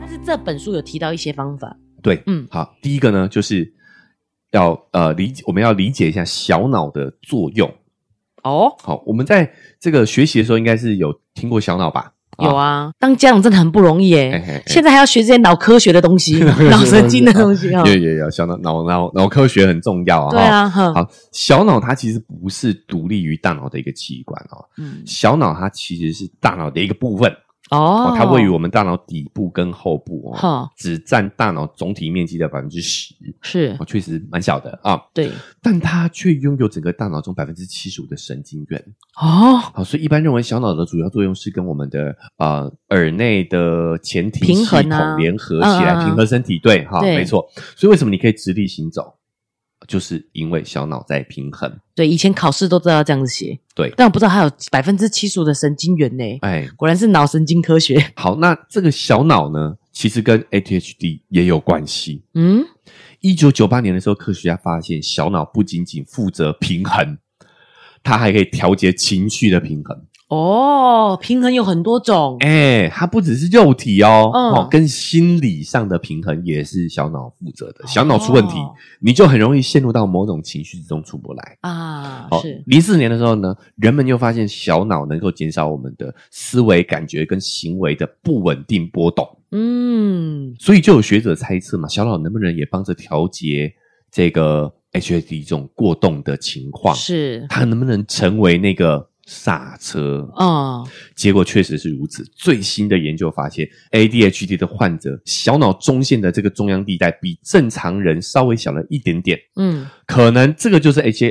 Speaker 3: 但是这本书有提到一些方法。
Speaker 4: 对，
Speaker 3: 嗯
Speaker 4: 好，第一个呢，就是要呃理解，我们要理解一下小脑的作用。
Speaker 3: 哦，
Speaker 4: 好，我们在这个学习的时候，应该是有听过小脑吧？
Speaker 3: 有，啊，当家长真的很不容易
Speaker 4: 哎
Speaker 3: 耶。
Speaker 4: 哎
Speaker 3: 现在还要学这些脑科学的东 西、脑神经的东西啊。
Speaker 4: 有有有，小脑脑脑脑科学很重要啊。
Speaker 3: 对啊，
Speaker 4: 哈，
Speaker 3: 哈，
Speaker 4: 好，小脑它其实不是独立于大脑的一个器官哦，
Speaker 3: 嗯，
Speaker 4: 小脑它其实是大脑的一个部分
Speaker 3: 哦
Speaker 4: 哦，，它位于我们大脑底部跟后部哦，
Speaker 3: 哈
Speaker 4: 只占大脑总体面积的百分之十，
Speaker 3: 是
Speaker 4: 哦，，确实蛮小的啊。
Speaker 3: 对，
Speaker 4: 但它却拥有整个大脑中百分之七十五的神经元。
Speaker 3: 哦，
Speaker 4: 好，所以一般认为小脑的主要作用是跟我们的呃耳内的前庭
Speaker 3: 平衡
Speaker 4: 系
Speaker 3: 啊
Speaker 4: 统联合起来
Speaker 3: 嗯嗯嗯
Speaker 4: 平衡身体，对哈，
Speaker 3: 对
Speaker 4: 没错。所以为什么你可以直立行走，就是因为小脑在平衡。
Speaker 3: 对，以前考试都知道要这样子写，
Speaker 4: 对
Speaker 3: 但我不知道还有百分之七十的神经元呢。
Speaker 4: 哎，
Speaker 3: 果然是脑神经科学。
Speaker 4: 好，那这个小脑呢，其实跟 ADHD 也有关系。
Speaker 3: 嗯，
Speaker 4: 一九九八年的时候，科学家发现小脑不仅仅负责平衡，它还可以调节情绪的平衡。
Speaker 3: 哦，平衡有很多种，
Speaker 4: 哎、它不只是肉体哦，
Speaker 3: 嗯
Speaker 4: 哦，跟心理上的平衡也是小脑负责的。小脑出问题，
Speaker 3: 哦
Speaker 4: 你就很容易陷入到某种情绪之中出不来。
Speaker 3: 啊，
Speaker 4: 哦
Speaker 3: 是，
Speaker 4: 零四年的时候呢，人们又发现小脑能够减少我们的思维、感觉跟行为的不稳定波动，
Speaker 3: 嗯，
Speaker 4: 所以就有学者猜测嘛，小脑能不能也帮着调节这个 HSD 这种过动的情况？
Speaker 3: 是，
Speaker 4: 它能不能成为那个刹车？
Speaker 3: 嗯，
Speaker 4: 结果确实是如此。最新的研究发现，ADHD 的患者小脑中线的这个中央地带比正常人稍微小了一点点，
Speaker 3: 嗯，
Speaker 4: 可能这个就是一些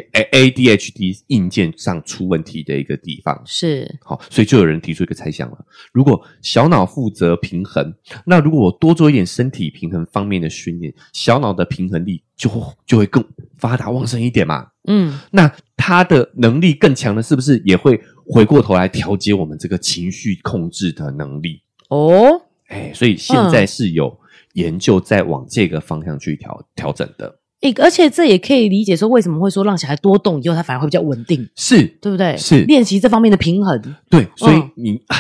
Speaker 4: ADHD 硬件上出问题的一个地方。
Speaker 3: 是，
Speaker 4: 好，所以就有人提出一个猜想了：如果小脑负责平衡，那如果我多做一点身体平衡方面的训练，小脑的平衡力就会就会更发达旺盛一点嘛。
Speaker 3: 嗯，
Speaker 4: 那他的能力更强的，是不是也会回过头来调节我们这个情绪控制的能力？
Speaker 3: 哦，
Speaker 4: 哎，所以现在是有研究在往这个方向去调调整的，
Speaker 3: 诶，而且这也可以理解说为什么会说让小孩多动以后他反而会比较稳定，
Speaker 4: 是
Speaker 3: 对不对？
Speaker 4: 是
Speaker 3: 练习这方面的平衡，
Speaker 4: 对，所
Speaker 3: 嗯
Speaker 4: 以你、 啊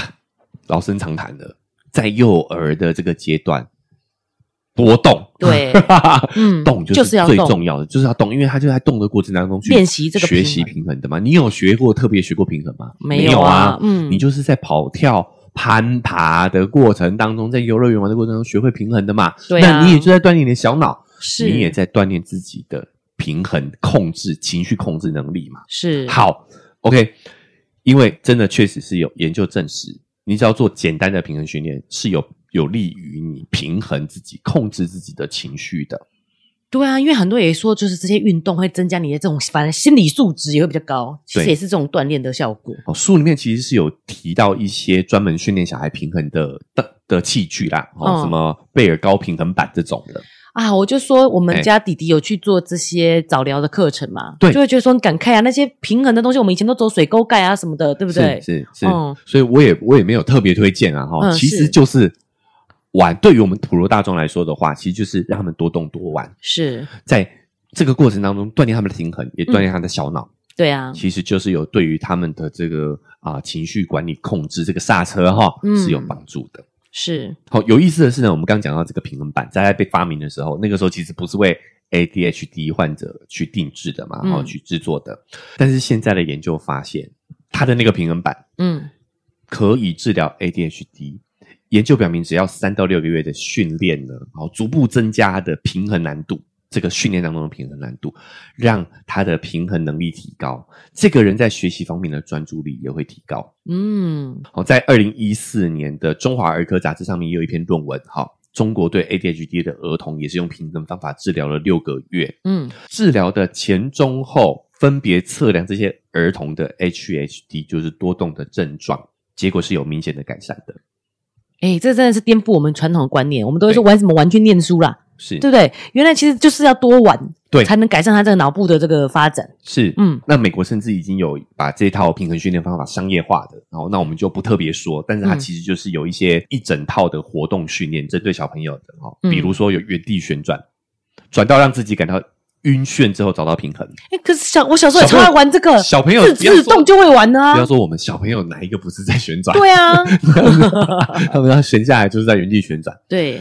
Speaker 4: 老生常谈的，在幼儿的这个阶段多动，
Speaker 3: 对嗯
Speaker 4: 动就
Speaker 3: 就是
Speaker 4: 是
Speaker 3: 要
Speaker 4: 最
Speaker 3: 动
Speaker 4: 重要的，就是要动，因为他就在动的过程当中去
Speaker 3: 练习这个
Speaker 4: 学
Speaker 3: 平
Speaker 4: 习
Speaker 3: 衡
Speaker 4: 平衡的嘛。你有学过特别学过平衡吗？
Speaker 3: 没
Speaker 4: 有
Speaker 3: 有啊嗯
Speaker 4: 你就是在跑跳。攀爬的过程当中，在游乐园玩的过程中学会平衡的嘛？
Speaker 3: 对啊
Speaker 4: 那你也就在锻炼你的小脑，
Speaker 3: 是，
Speaker 4: 你也在锻炼自己的平衡控制、情绪控制能力嘛。
Speaker 3: 是，
Speaker 4: 好，OK，因为真的确实是有研究证实，你只要做简单的平衡训练，是有有利于你平衡自己、控制自己的情绪的。
Speaker 3: 对啊，因为很多也说，就是这些运动会增加你的这种，反正心理素质也会比较高，其实
Speaker 4: 对
Speaker 3: 也是这种锻炼的效果。
Speaker 4: 哦，书里面其实是有提到一些专门训练小孩平衡的的的器具啦，哦，
Speaker 3: 嗯
Speaker 4: 什么贝尔高平衡板这种的。
Speaker 3: 啊，我就说我
Speaker 4: 哎
Speaker 3: 们家弟弟有去做这些早疗的课程嘛，
Speaker 4: 对
Speaker 3: 就会觉得说很感慨啊，那些平衡的东西，我们以前都走水沟盖啊什么的，对不对？
Speaker 4: 是是是，
Speaker 3: 嗯
Speaker 4: 所以我也我也没有特别推荐啊哈、
Speaker 3: 嗯
Speaker 4: 其实
Speaker 3: 是
Speaker 4: 就是玩，对于我们普罗大众来说的话，其实就是让他们多动多玩，
Speaker 3: 是，
Speaker 4: 在这个过程当中锻炼他们的平衡，也
Speaker 3: 嗯
Speaker 4: 锻炼他们的小脑，
Speaker 3: 对啊，
Speaker 4: 其实就是有对于他们的这个啊、情绪管理控制这个刹车哈、
Speaker 3: 嗯
Speaker 4: 是有帮助的。
Speaker 3: 是
Speaker 4: 好，有意思的是呢，我们刚刚讲到这个平衡板，在它被发明的时候，那个时候其实不是为 ADHD 患者去定制的嘛，
Speaker 3: 嗯
Speaker 4: 然后去制作的。但是现在的研究发现，它的那个平衡板
Speaker 3: 嗯，
Speaker 4: 可以治疗 ADHD。研究表明，只要三到六个月的训练呢，好逐步增加它的平衡难度，这个训练当中的平衡难度，让他的平衡能力提高，这个人在学习方面的专注力也会提高。
Speaker 3: 嗯，
Speaker 4: 好，在二零一四年的《中华儿科杂志》上面也有一篇论文，哈，中国对 ADHD 的儿童也是用平衡方法治疗了六个月，
Speaker 3: 嗯，
Speaker 4: 治疗的前、中、后分别测量这些儿童的 HHD，就是多动的症状，结果是有明显的改善的，
Speaker 3: 哎、这真的是颠覆我们传统的观念，我们都会说
Speaker 4: 对
Speaker 3: 玩什么玩去念书啦，
Speaker 4: 是
Speaker 3: 对不对？原来其实就是要多玩，
Speaker 4: 对
Speaker 3: 才能改善他这个脑部的这个发展。
Speaker 4: 是，
Speaker 3: 嗯，
Speaker 4: 那美国甚至已经有把这套平衡训练方法商业化的，然后那我们就不特别说，但是它
Speaker 3: 嗯
Speaker 4: 其实就是有一些一整套的活动训练针对小朋友的哦，
Speaker 3: 嗯
Speaker 4: 比如说有原地旋转，转到让自己感到晕眩之后找到平衡。
Speaker 3: 哎、可是小我小时候也超
Speaker 4: 小朋友
Speaker 3: 爱玩这个，
Speaker 4: 小朋友
Speaker 3: 自
Speaker 4: 不要
Speaker 3: 自
Speaker 4: 说
Speaker 3: 动就会玩的啊
Speaker 4: 不要，说我们小朋友哪一个不是在旋转，
Speaker 3: 对啊，
Speaker 4: 他们要旋下来就是在原地旋转。
Speaker 3: 对，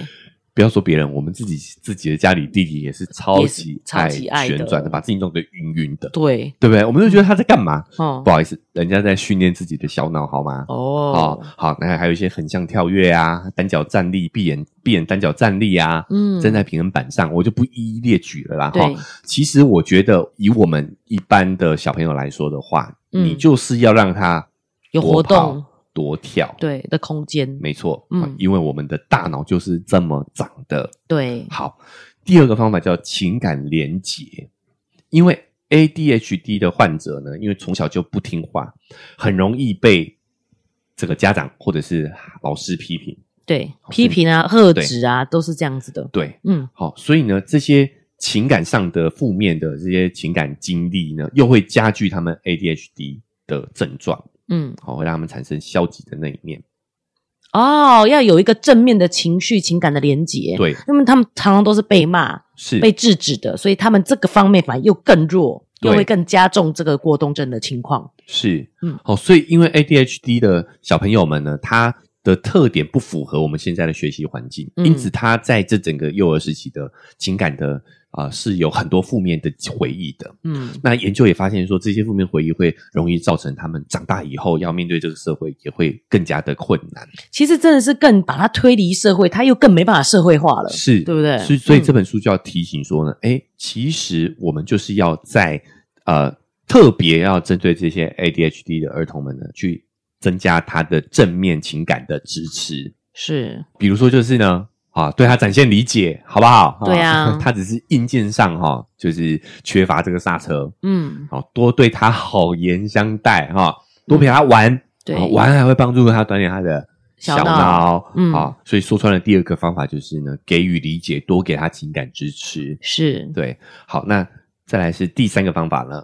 Speaker 4: 不要说别人，我们自己自己的家里弟弟也是超
Speaker 3: 也是
Speaker 4: 级
Speaker 3: 超级爱的
Speaker 4: 旋转的，把自己弄得晕晕的，
Speaker 3: 对，
Speaker 4: 对不对？我们就觉得他在干嘛？
Speaker 3: 哦
Speaker 4: 不，好意思，人家在训练自己的小脑，好吗？哦
Speaker 3: 哦，，
Speaker 4: 好，那还有一些横向跳跃啊，单脚站立、闭眼闭眼单脚站立啊，
Speaker 3: 嗯
Speaker 4: 站在平衡板上，我就不一一列举了啦。
Speaker 3: 对
Speaker 4: 哈，其实我觉得以我们一般的小朋友来说的话，
Speaker 3: 嗯
Speaker 4: 你就是要让他
Speaker 3: 有
Speaker 4: 多
Speaker 3: 活动
Speaker 4: 跑、多跳，，
Speaker 3: 对的空间，
Speaker 4: 没错，
Speaker 3: 嗯
Speaker 4: 嗯，因为我们的大脑就是这么长的。
Speaker 3: 对，
Speaker 4: 好，第二个方法叫情感连结，因为 ADHD 的患者呢，因为从小就不听话，很容易被这个家长或者是老师批评。
Speaker 3: 对，
Speaker 4: 好
Speaker 3: 批
Speaker 4: 所以
Speaker 3: 评啊、喝止啊，都是这样子的。
Speaker 4: 对，
Speaker 3: 嗯，
Speaker 4: 好，所以呢，这些情感上的负面的这些情感经历呢，又会加剧他们 ADHD 的症状，
Speaker 3: 嗯，
Speaker 4: 好，会让他们产生消极的那一面。
Speaker 3: 哦，要有一个正面的情绪、情感的连结。，
Speaker 4: 对，
Speaker 3: 那么他们常常都是被骂、
Speaker 4: 是
Speaker 3: 被制止的，所以他们这个方面反而又更弱。又
Speaker 4: 对
Speaker 3: 会更加重这个过动症的情况。
Speaker 4: 是，
Speaker 3: 嗯
Speaker 4: 嗯，哦，所以因为 ADHD 的小朋友们呢，他的特点不符合我们现在的学习环境，
Speaker 3: 嗯
Speaker 4: 因此他在这整个幼儿时期的情感的啊、是有很多负面的回忆的。
Speaker 3: 嗯，
Speaker 4: 那研究也发现说，这些负面回忆会容易造成他们长大以后要面对这个社会也会更加的困难。
Speaker 3: 其实真的是更把它推离社会，它又更没办法社会化了。
Speaker 4: 是，
Speaker 3: 对不对
Speaker 4: 所以，所以
Speaker 3: 嗯
Speaker 4: 这本书就要提醒说呢，哎、其实我们就是要在呃，特别要针对这些 ADHD 的儿童们呢，去增加他的正面情感的支持，
Speaker 3: 是，
Speaker 4: 比如说就是呢。啊，对他展现理解，好不好？
Speaker 3: 对啊
Speaker 4: 他只是硬件上哈、就是缺乏这个刹车，
Speaker 3: 嗯，
Speaker 4: 好、多对他好言相待哈、多陪他玩，
Speaker 3: 对
Speaker 4: 哦玩还会帮助他锻炼他的
Speaker 3: 小
Speaker 4: 脑，
Speaker 3: 脑嗯
Speaker 4: 啊，所以说穿了第二个方法就是呢，给予理解，多给他情感支持，
Speaker 3: 是，
Speaker 4: 对，好，那再来是第三个方法呢，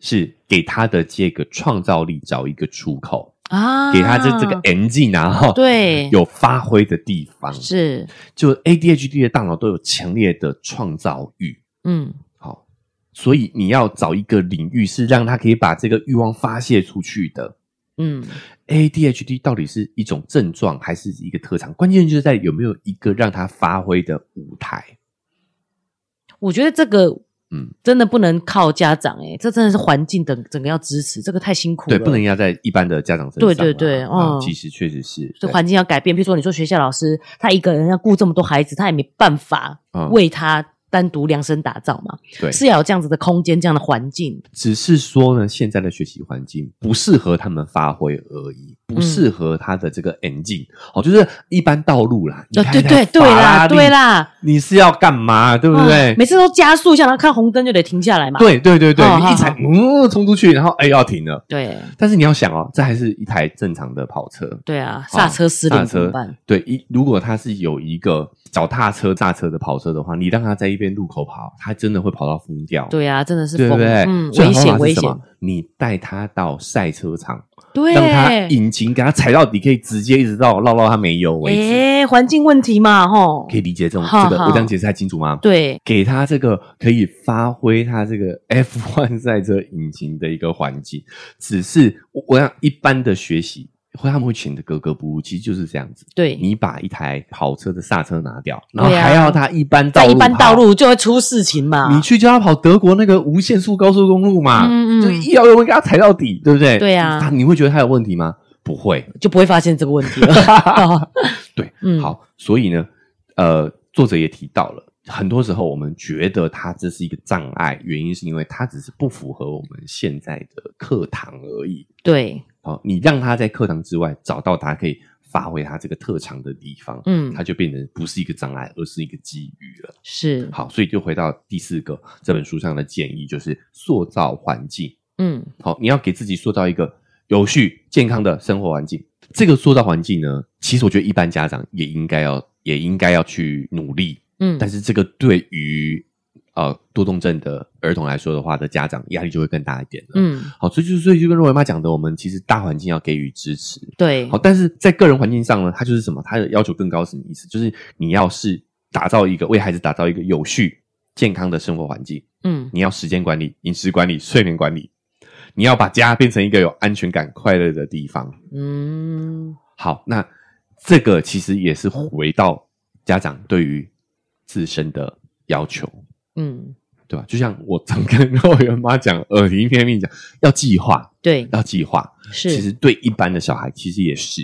Speaker 4: 是给他的这个创造力找一个出口，
Speaker 3: 啊，
Speaker 4: 给他这这个 NG 然后
Speaker 3: 对
Speaker 4: 有发挥的地方，
Speaker 3: 是，
Speaker 4: 就 ADHD 的大脑都有强烈的创造欲，
Speaker 3: 嗯，
Speaker 4: 好，所以你要找一个领域是让他可以把这个欲望发泄出去的。
Speaker 3: 嗯，
Speaker 4: ADHD 到底是一种症状还是一个特长？关键就是在有没有一个让他发挥的舞台。
Speaker 3: 我觉得这个，
Speaker 4: 嗯，
Speaker 3: 真的不能靠家长、欸，这真的是环境等整个要支持，这个太辛苦了，
Speaker 4: 对，不能压在一般的家长身上
Speaker 3: 对
Speaker 4: 啦。
Speaker 3: 对对
Speaker 4: 啊
Speaker 3: 嗯
Speaker 4: 其实确实是
Speaker 3: 这
Speaker 4: 对
Speaker 3: 环境要改变。比如说，你说学校老师他一个人要顾这么多孩子，他也没办法
Speaker 4: 嗯
Speaker 3: 为他单独量身打造嘛，
Speaker 4: 对，
Speaker 3: 是要有这样子的空间、这样的环境。
Speaker 4: 只是说呢，现在的学习环境不适合他们发挥而已，不适合他的这个 engine、哦，就是一般道路啦。你
Speaker 3: 呃，
Speaker 4: 开
Speaker 3: 嗯对
Speaker 4: 一台
Speaker 3: 对对
Speaker 4: 法
Speaker 3: 啦，
Speaker 4: 拉利
Speaker 3: 对，啦，
Speaker 4: 你是要干嘛？对不对？
Speaker 3: 啊每次都加速一下，然后看红灯就得停下来嘛。
Speaker 4: 对对对对，
Speaker 3: 哦
Speaker 4: 你一踩，
Speaker 3: 好
Speaker 4: 嗯，冲出去，然后哎要停了。
Speaker 3: 对
Speaker 4: 但是你要想哦，这还是一台正常的跑车，
Speaker 3: 对啊，
Speaker 4: 哦
Speaker 3: 刹车失
Speaker 4: 刹
Speaker 3: 灵怎么
Speaker 4: 车
Speaker 3: 办？
Speaker 4: 对，一如果他是有一个脚踏车刹车的跑车的话，你让他在一边路口跑，他真的会跑到疯掉。
Speaker 3: 对啊，真的是
Speaker 4: 对不
Speaker 3: 疯
Speaker 4: 对？
Speaker 3: 嗯，
Speaker 4: 最
Speaker 3: 危
Speaker 4: 好的
Speaker 3: 险
Speaker 4: 方法
Speaker 3: 危
Speaker 4: 是什
Speaker 3: 险，
Speaker 4: 么？你带他到赛车场，
Speaker 3: 对，
Speaker 4: 让他引擎给他踩到底，可以直接一直到绕到他没有为止。
Speaker 3: 哎，环境问题嘛，吼，
Speaker 4: 可以理解这种
Speaker 3: 好
Speaker 4: 这个，
Speaker 3: 好
Speaker 4: 我这样解释还清楚吗？，
Speaker 3: 对，
Speaker 4: 给他这个可以发挥他这个 F1 赛车引擎的一个环境，只是我我想一般的学习。会他们会显得格格不入，其实就是这样子。
Speaker 3: 对
Speaker 4: 你把一台好车的刹车拿掉，然后
Speaker 3: 对啊
Speaker 4: 还要他一般道
Speaker 3: 在
Speaker 4: 路
Speaker 3: 一般
Speaker 4: 跑
Speaker 3: 道路就会出事情嘛。
Speaker 4: 你去叫他跑德国那个无限速高速公路嘛，
Speaker 3: 嗯嗯
Speaker 4: 就一摇油门给他踩到底，对不对？
Speaker 3: 对啊
Speaker 4: 他你会觉得他有问题吗？不会，
Speaker 3: 就不会发现这个问题 了。
Speaker 4: 对，
Speaker 3: 嗯
Speaker 4: 好，所以呢，呃，作者也提到了，很多时候我们觉得他这是一个障碍，原因是因为他只是不符合我们现在的课堂而已。
Speaker 3: 对，
Speaker 4: 好，你让他在课堂之外找到他可以发挥他这个特长的地方，
Speaker 3: 嗯
Speaker 4: 他就变成不是一个障碍，而是一个机遇了。
Speaker 3: 是，
Speaker 4: 好，所以就回到第四个这本书上的建议，就是塑造环境。
Speaker 3: 嗯，
Speaker 4: 好，你要给自己塑造一个有序、健康的生活环境。这个塑造环境呢，其实我觉得一般家长也应该要，也应该要去努力。
Speaker 3: 嗯
Speaker 4: 但是这个对于呃多动症的儿童来说的话，的家长压力就会更大一点了。，
Speaker 3: 嗯，
Speaker 4: 好，所以就所以就跟若维妈讲的，我们其实大环境要给予支持。
Speaker 3: 对
Speaker 4: 好，，但是在个人环境上呢，它就是什么？它的要求更高，什么意思？就是你要是打造一个为孩子打造一个有序、健康的生活环境，
Speaker 3: 嗯，
Speaker 4: 你要时间管理、饮食管理、睡眠管理，你要把家变成一个有安全感、快乐的地方。
Speaker 3: 嗯，
Speaker 4: 好，那这个其实也是回到家长对于自身的要求，
Speaker 3: 嗯，
Speaker 4: 对吧？就像我常跟幼儿园妈讲，耳提面命讲，要计划，
Speaker 3: 对，
Speaker 4: 要计划。
Speaker 3: 是，
Speaker 4: 其实对一般的小孩，其实也是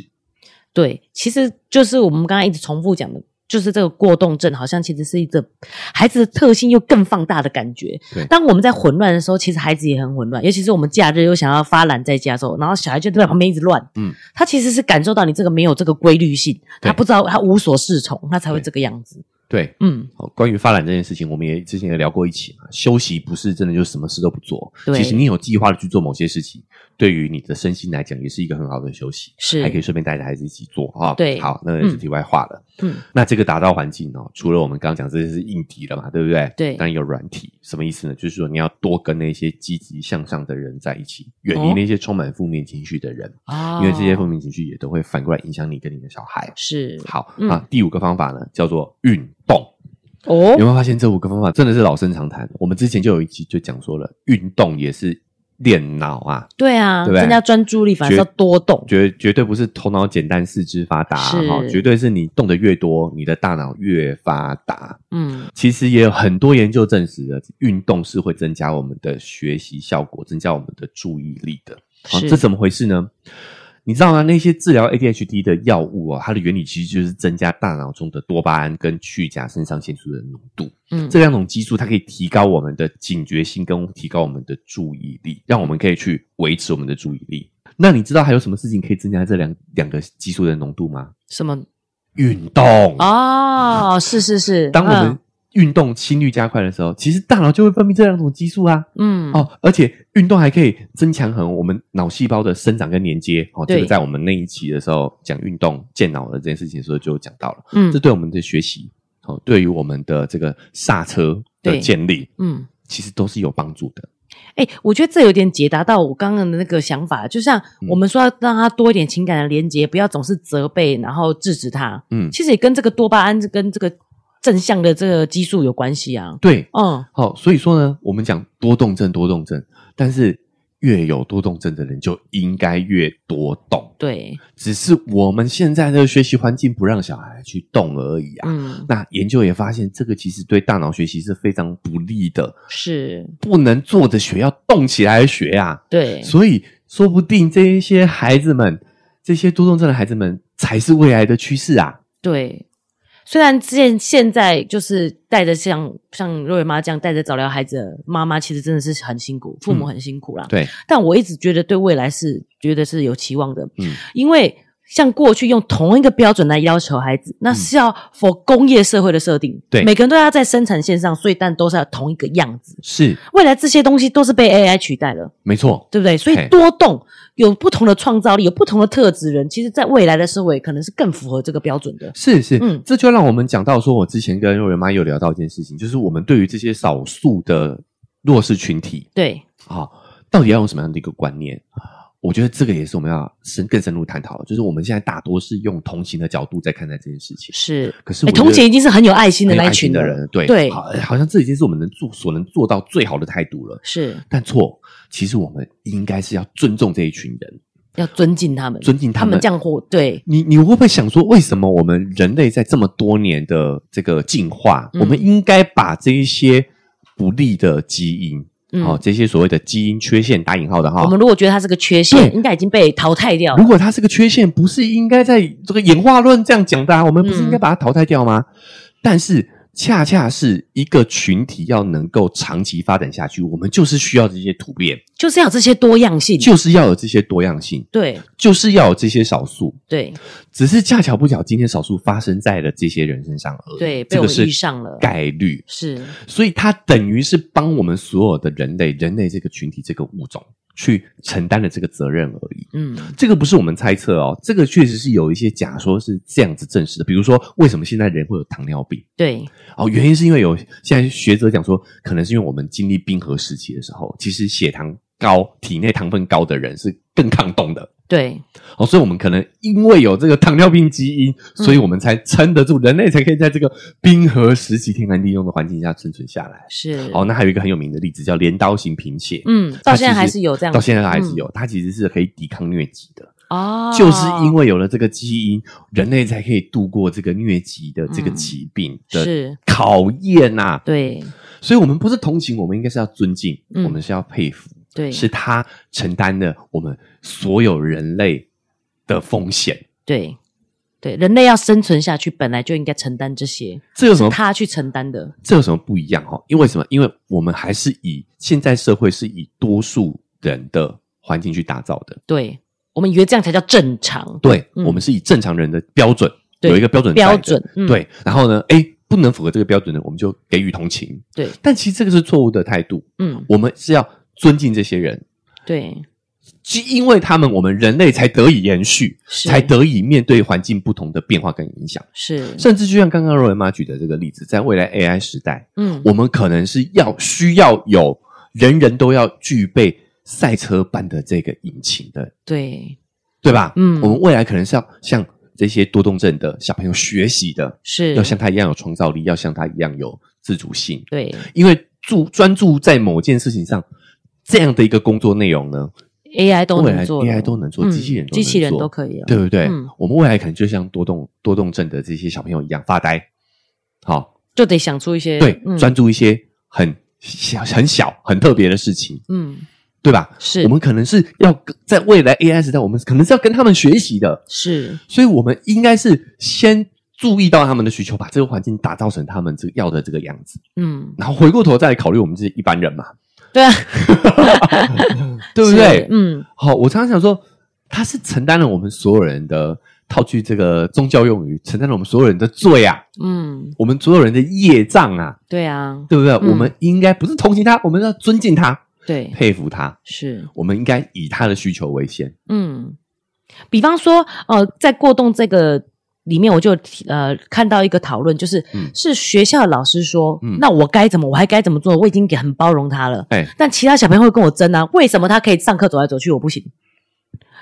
Speaker 3: 对，其实就是我们刚刚一直重复讲的。就是这个过动症，好像其实是一个孩子的特性又更放大的感觉
Speaker 4: 对。
Speaker 3: 当我们在混乱的时候，其实孩子也很混乱，尤其是我们假日又想要发懒在家的时候，然后小孩就在旁边一直乱。
Speaker 4: 嗯，
Speaker 3: 他其实是感受到你这个没有这个规律性，他
Speaker 4: 对
Speaker 3: 不知道他无所适从，他才会
Speaker 4: 对
Speaker 3: 这个样子。
Speaker 4: 对。
Speaker 3: 嗯，
Speaker 4: 好，关于发展这件事情，我们也之前也聊过一起嘛。休息不是真的就什么事都不做，
Speaker 3: 对
Speaker 4: 其实你有计划的去做某些事情，对于你的身心来讲也是一个很好的休息，
Speaker 3: 是
Speaker 4: 还可以顺便带着孩子一起做哈。
Speaker 3: 对
Speaker 4: 好，那也是题外话了。
Speaker 3: 嗯，
Speaker 4: 那这个打造环境哦，除了我们刚刚讲这些是硬体了嘛，对不对？
Speaker 3: 对
Speaker 4: 当然有软体，什么意思呢？就是说你要多跟那些积极向上的人在一起，远
Speaker 3: 哦
Speaker 4: 离那些充满负面情绪的人，
Speaker 3: 啊
Speaker 4: 因为这些负面情绪也都会反过来影响你跟你的小孩。
Speaker 3: 是
Speaker 4: 好，
Speaker 3: 嗯
Speaker 4: 啊，第五个方法呢叫做运动。
Speaker 5: 哦
Speaker 4: 有没有发现这五个方法真的是老生常谈？我们之前就有一期就讲说了，运动也是练脑啊，
Speaker 3: 对啊，
Speaker 4: 对不对
Speaker 3: 增加专注力，反而
Speaker 4: 绝
Speaker 3: 是要多动。
Speaker 4: 绝绝对不是头脑简单四肢发达啊
Speaker 3: 是
Speaker 4: 哈、绝对是你动得越多，你的大脑越发达。
Speaker 3: 嗯，
Speaker 4: 其实也有很多研究证实了，运动是会增加我们的学习效果，增加我们的注意力的。好、
Speaker 3: 是
Speaker 4: 哦这怎么回事呢？你知道吗？那些治疗 ADHD 的药物啊，它的原理其实就是增加大脑中的多巴胺跟去甲肾上腺素的浓度。
Speaker 3: 嗯
Speaker 4: 这两种激素它可以提高我们的警觉性，跟提高我们的注意力，让我们可以去维持我们的注意力。那你知道还有什么事情可以增加这两两个激素的浓度吗？
Speaker 3: 什么？
Speaker 4: 运动
Speaker 3: 哦，嗯是是是。
Speaker 4: 当我们运动心率加快的时候，其实大脑就会分泌这两种激素啊。
Speaker 3: 嗯，嗯
Speaker 4: 哦，而且运动还可以增强和我们脑细胞的生长跟连接。哦，这
Speaker 3: 对
Speaker 4: 个在我们那一期的时候讲运动健脑的这件事情的时候就有讲到了。这
Speaker 3: 嗯
Speaker 4: 对我们的学习，哦，对于我们的这个刹车的
Speaker 3: 对
Speaker 4: 建立，
Speaker 3: 嗯，
Speaker 4: 其实都是有帮助的。
Speaker 3: 哎、我觉得这有点解答到我刚刚的那个想法，就像
Speaker 4: 嗯
Speaker 3: 我们说要让他多一点情感的连接，不要总是责备，然后制止他。
Speaker 4: 嗯，
Speaker 3: 其实也跟这个多巴胺跟这个正向的这个激素有关系啊。
Speaker 4: 对，
Speaker 3: 嗯，
Speaker 4: 好、所以说呢，我们讲多动症，多动症，但是越有多动症的人就应该越多动，
Speaker 3: 对，
Speaker 4: 只是我们现在的学习环境不让小孩去动而已啊。
Speaker 3: 嗯，
Speaker 4: 那研究也发现，这个其实对大脑学习是非常不利的，
Speaker 3: 是，
Speaker 4: 不能坐着学，要动起来学啊。
Speaker 3: 对，
Speaker 4: 所以，说不定这一些孩子们，这些多动症的孩子们，才是未来的趋势啊。
Speaker 3: 对。虽然现现在就是带着像像若瑞妈这样带着早疗孩子的妈妈，其实真的是很辛苦，父母
Speaker 4: 嗯
Speaker 3: 很辛苦啦。
Speaker 4: 对，
Speaker 3: 但我一直觉得对未来是觉得是有期望的，
Speaker 4: 嗯
Speaker 3: 因为像过去用同一个标准来要求孩子，那是要否工业社会的设定，
Speaker 4: 嗯对
Speaker 3: 每个人都要在生产线上，所以但都是要同一个样子。
Speaker 4: 是
Speaker 3: 未来这些东西都是被 AI 取代了，
Speaker 4: 没错。
Speaker 3: 对不对？所
Speaker 4: 嘿
Speaker 3: 以多动有不同的创造力，有不同的特质人，其实在未来的社会可能是更符合这个标准的。
Speaker 4: 是是，
Speaker 3: 嗯
Speaker 4: 这就让我们讲到说，我之前跟肉圆妈有聊到一件事情，就是我们对于这些少数的弱势群体
Speaker 3: 对，
Speaker 4: 啊、到底要用什么样的一个观念？我觉得这个也是我们要深更深入探讨的，就是我们现在大多是用同情的角度在看待这件事情，
Speaker 3: 是。
Speaker 4: 可是
Speaker 3: 哎
Speaker 4: 我觉得
Speaker 3: 同情已经是很有爱心的
Speaker 4: 很有
Speaker 3: 那一
Speaker 4: 爱心
Speaker 3: 群
Speaker 4: 的
Speaker 3: 了
Speaker 4: 人，对
Speaker 3: 对
Speaker 4: 好，好像这已经是我们能做所能做到最好的态度了，
Speaker 3: 是
Speaker 4: 但错，其实我们应该是要尊重这一群人，
Speaker 3: 要尊敬他们，
Speaker 4: 尊敬他
Speaker 3: 他
Speaker 4: 们
Speaker 3: 们这样活，对，
Speaker 4: 你你会不会想说，为什么我们人类在这么多年的这个进化，
Speaker 3: 嗯
Speaker 4: 我们应该把这一些不利的基因，
Speaker 3: 嗯
Speaker 4: 哦，这些所谓的基因缺陷打引号的哈
Speaker 3: 我，们如果觉得它是个缺
Speaker 4: 对
Speaker 3: 陷，应该已经被淘汰掉
Speaker 4: 如
Speaker 3: 了。
Speaker 4: 果它是个缺陷，不是应该在这个演化论这样讲的、啊，我们不是
Speaker 3: 嗯
Speaker 4: 应该把它淘汰掉吗？但是恰恰是一个群体要能够长期发展下去，我们就是需要这些突变，
Speaker 3: 就是要有这些多样性。
Speaker 4: 就是要有这些多样性，
Speaker 3: 对
Speaker 4: 就是要有这些少数。
Speaker 3: 对
Speaker 4: 只是恰巧不巧，今天少数发生在了这些人身上而已。
Speaker 3: 对，
Speaker 4: 这
Speaker 3: 被我
Speaker 4: 个
Speaker 3: 们
Speaker 4: 是
Speaker 3: 遇上了，
Speaker 4: 概率，
Speaker 3: 是
Speaker 4: 所以它等于是帮我们所有的人类，人类这个群体、这个物种去承担了这个责任而已。
Speaker 3: 嗯
Speaker 4: 这个不是我们猜测哦，这个确实是有一些假说是这样子证实的。比如说，为什么现在人会有糖尿病？
Speaker 3: 对
Speaker 4: 哦，原因是因为有现在学者讲说，可能是因为我们经历冰河时期的时候，其实血糖高、体内糖分高的人是更抗冻的。
Speaker 3: 对
Speaker 4: 哦，所以我们可能因为有这个糖尿病基因，
Speaker 3: 嗯
Speaker 4: 所以我们才撑得住，人类才可以在这个冰河时期天寒地冻的环境下生存下来。
Speaker 3: 是
Speaker 4: 哦，那还有一个很有名的例子叫镰刀型贫血，
Speaker 3: 嗯，到
Speaker 4: 它其实
Speaker 3: 现在还是有这样子，
Speaker 4: 到现在还是有，它其实是可以抵抗疟疾的，
Speaker 3: 嗯哦，
Speaker 4: 就是因为有了这个基因，人类才可以度过这个疟疾的这个
Speaker 3: 嗯
Speaker 4: 疾病的
Speaker 3: 是
Speaker 4: 考验呐、
Speaker 3: 对
Speaker 4: 所以我们不是同情，我们应该是要尊敬，
Speaker 3: 嗯
Speaker 4: 我们是要佩服，
Speaker 3: 对
Speaker 4: 是他承担了我们所有人类的风险。
Speaker 3: 对对，人类要生存下去，本来就应该承担这些，
Speaker 4: 这有什么？
Speaker 3: 他去承担的，
Speaker 4: 这有什么不一样哈？哦因为什么？因为我们还是以现在社会是以多数人的环境去打造的，
Speaker 3: 对我们以为这样才叫正常，
Speaker 4: 对，
Speaker 3: 嗯
Speaker 4: 我们是以正常人的标准
Speaker 3: 对
Speaker 4: 有一个标准在的
Speaker 3: 标准，嗯
Speaker 4: 对。然后呢，哎，不能符合这个标准的，我们就给予同情。
Speaker 3: 对，
Speaker 4: 但其实这个是错误的态度，
Speaker 3: 嗯
Speaker 4: 我们是要尊敬这些人，
Speaker 3: 对
Speaker 4: 是因为他们我们人类才得以延续，
Speaker 3: 是
Speaker 4: 才得以面对环境不同的变化跟影响。
Speaker 3: 是
Speaker 4: 甚至就像刚刚若文妈举的这个例子，在未来 AI 时代，
Speaker 3: 嗯
Speaker 4: 我们可能是要需要有人人都要具备赛车般的这个引擎的，
Speaker 3: 对
Speaker 4: 对吧？
Speaker 3: 嗯
Speaker 4: 我们未来可能是要像这些多动症的小朋友学习的，
Speaker 3: 是
Speaker 4: 要像他一样有创造力，要像他一样有自主性。
Speaker 3: 对，
Speaker 4: 因为注专注在某件事情上，这样的一个工作内容呢，
Speaker 3: AI 都
Speaker 4: 未
Speaker 3: 能
Speaker 4: 来
Speaker 3: 做嗯
Speaker 4: AI 都能做，机器人都能
Speaker 3: 机器人
Speaker 4: 做
Speaker 3: 都可以、哦，
Speaker 4: 对不对？
Speaker 3: 嗯
Speaker 4: 我们未来可能就像多动多动症的这些小朋友一样发呆，好，
Speaker 3: 就得想出一些
Speaker 4: 对，
Speaker 3: 嗯
Speaker 4: 专注一些很小、很小、很特别的事情，
Speaker 3: 嗯
Speaker 4: 对吧？
Speaker 3: 是
Speaker 4: 我们可能是要跟在未来 AI 时代，我们可能是要跟他们学习的，
Speaker 3: 是
Speaker 4: 所以我们应该是先注意到他们的需求，把这个环境打造成他们这个要的这个样子，
Speaker 3: 嗯
Speaker 4: 然后回过头再来考虑我们这些一般人嘛，
Speaker 3: 对啊，
Speaker 4: 对不
Speaker 3: 是
Speaker 4: 对？
Speaker 3: 嗯
Speaker 4: 好，我常常想说，他是承担了我们所有人的套句这个宗教用语，承担了我们所有人的罪啊，
Speaker 3: 嗯
Speaker 4: 我们所有人的业障啊，
Speaker 3: 对啊
Speaker 4: 对不对？
Speaker 3: 嗯
Speaker 4: 我们应该不是同情他，我们要尊敬他，
Speaker 3: 对
Speaker 4: 佩服他，
Speaker 3: 是
Speaker 4: 我们应该以他的需求为先。
Speaker 3: 嗯，比方说，呃，在过动这个里面，我就提呃看到一个讨论，就是、
Speaker 4: 嗯
Speaker 3: 是学校老师说，
Speaker 4: 嗯
Speaker 3: 那我该怎么，我还该怎么做？我已经给很包容他了，
Speaker 4: 哎，
Speaker 3: 但其他小朋友会跟我争啊，为什么他可以上课走来走去，我不行？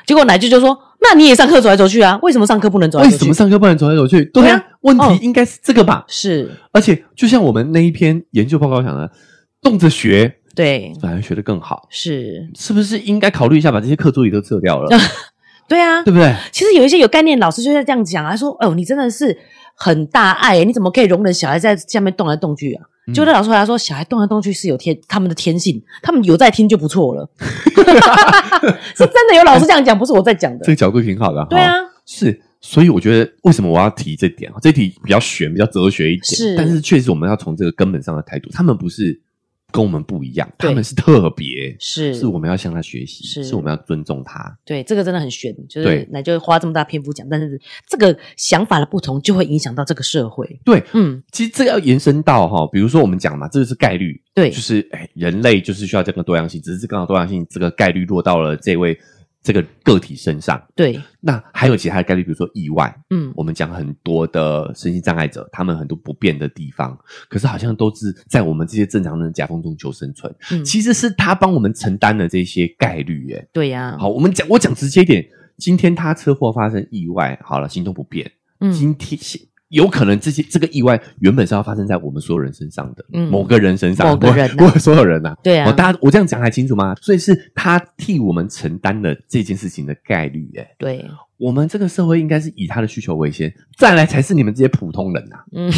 Speaker 3: 结果奶舅就说，那你也上课走来走去啊，为什么上课不能走来
Speaker 4: 为
Speaker 3: 走去？
Speaker 4: 哎什么上课不能走来走去？对
Speaker 3: 对
Speaker 4: 呀、
Speaker 3: 啊
Speaker 4: 问
Speaker 3: 哦
Speaker 4: 题应该是这个吧。
Speaker 3: 是
Speaker 4: 而且就像我们那一篇研究报告讲的，动着学
Speaker 3: 对，
Speaker 4: 反而学得更好，
Speaker 3: 是，
Speaker 4: 是不是应该考虑一下把这些课桌椅都撤 掉了，
Speaker 3: 对啊，
Speaker 4: 对不对？
Speaker 3: 其实有一些有概念的老师就在这样讲啊，他说：“哦，你真的是很大爱耶，你怎么可以容忍小孩在下面动来动去啊？”
Speaker 4: 嗯
Speaker 3: 结果那老师回答说：“小孩动来动去是有天他们的天性，他们有在听就不错了。” 是真的有老师这样讲，不是我在讲的
Speaker 4: 这。个角度挺好的哈。
Speaker 3: 对啊，
Speaker 4: 是，所以我觉得为什么我要提这点？啊这题比较玄，比较哲学一点，
Speaker 3: 是
Speaker 4: 但是确实我们要从这个根本上的态度，他们不是跟我们不一样，
Speaker 3: 对
Speaker 4: 他们是特别，
Speaker 3: 是
Speaker 4: 是我们要向他学习，
Speaker 3: 是
Speaker 4: 是我们要尊重他。
Speaker 3: 对这个真的很悬，就
Speaker 4: 对
Speaker 3: 是奶就花这么大篇幅讲，但是这个想法的不同就会影响到这个社会。
Speaker 4: 对，
Speaker 3: 嗯，
Speaker 4: 其实这个要延伸到哈，比如说我们讲嘛，这个是概率，
Speaker 3: 对
Speaker 4: 就是哎，人类就是需要这个多样性，只是刚好多样性这个概率落到了这位这个个体身上。
Speaker 3: 对，
Speaker 4: 那还有其他的概率，比如说意外，
Speaker 3: 嗯，
Speaker 4: 我们讲很多的身心障碍者，他们很多不便的地方，可是好像都是在我们这些正常人的夹缝中求生存。
Speaker 3: 嗯
Speaker 4: 其实是他帮我们承担了这些概率耶。
Speaker 3: 对呀、
Speaker 4: 好，我们讲我讲直接一点，今天他车祸发生意外，好了，行动不便，
Speaker 3: 嗯，
Speaker 4: 今天有可能这些这个意外原本是要发生在我们所有人身上的，
Speaker 3: 嗯
Speaker 4: 某个人身上，
Speaker 3: 某个人啊
Speaker 4: 我我所有人呐、啊。
Speaker 3: 对啊
Speaker 4: 哦，大家我这样讲还清楚吗？所以是他替我们承担了这件事情的概率耶。
Speaker 3: 对，
Speaker 4: 我们这个社会应该是以他的需求为先，再来才是你们这些普通人呐、啊。
Speaker 3: 嗯，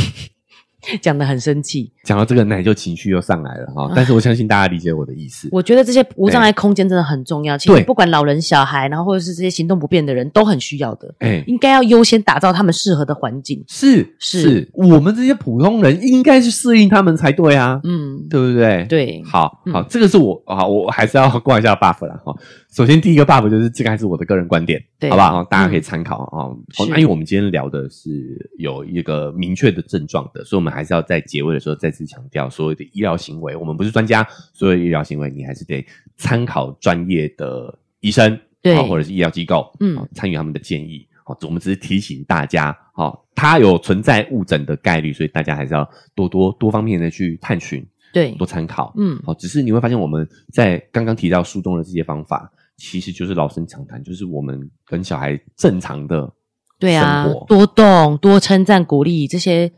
Speaker 3: 讲的很生气。
Speaker 4: 讲到这个，奶就情绪又上来了哈、但是我相信大家理解我的意思。
Speaker 3: 啊我觉得这些无障碍空间真的很重要，其实不管老人、小孩，然后或者是这些行动不便的人都很需要的，
Speaker 4: 哎、
Speaker 3: 应该要优先打造他们适合的环境。
Speaker 4: 是
Speaker 3: 是
Speaker 4: 我们这些普通人应该去适应他们才对啊，
Speaker 3: 嗯，
Speaker 4: 对不对？。
Speaker 3: 对，
Speaker 4: 好
Speaker 3: 嗯
Speaker 4: 好，这个是我啊，我还是要 挂一下 buff 啦哈。首先第一个 buff 就是这个还是我的个人观点，
Speaker 3: 对
Speaker 4: 好不好？大家可以
Speaker 3: 嗯
Speaker 4: 参考啊。哦
Speaker 3: 是
Speaker 4: 那因为我们今天聊的是有一个明确的症状的，所以我们还是要在结尾的时候再次强调，所有的医疗行为，我们不是专家，所有医疗行为你还是得参考专业的医生，
Speaker 3: 对
Speaker 4: 啊或者是医疗机构，
Speaker 3: 嗯
Speaker 4: 啊，参与他们的建议。好，我们只是提醒大家，好，它有存在误诊的概率，所以大家还是要多多多方面的去探寻，
Speaker 3: 对
Speaker 4: 多，参考。
Speaker 3: 嗯，
Speaker 4: 好，只是你会发现我们在刚刚提到树洞的这些方法，其实就是老生常谈，就是我们跟小孩正常的
Speaker 3: 对啊
Speaker 4: 生活，
Speaker 3: 多动、多称赞、鼓励这些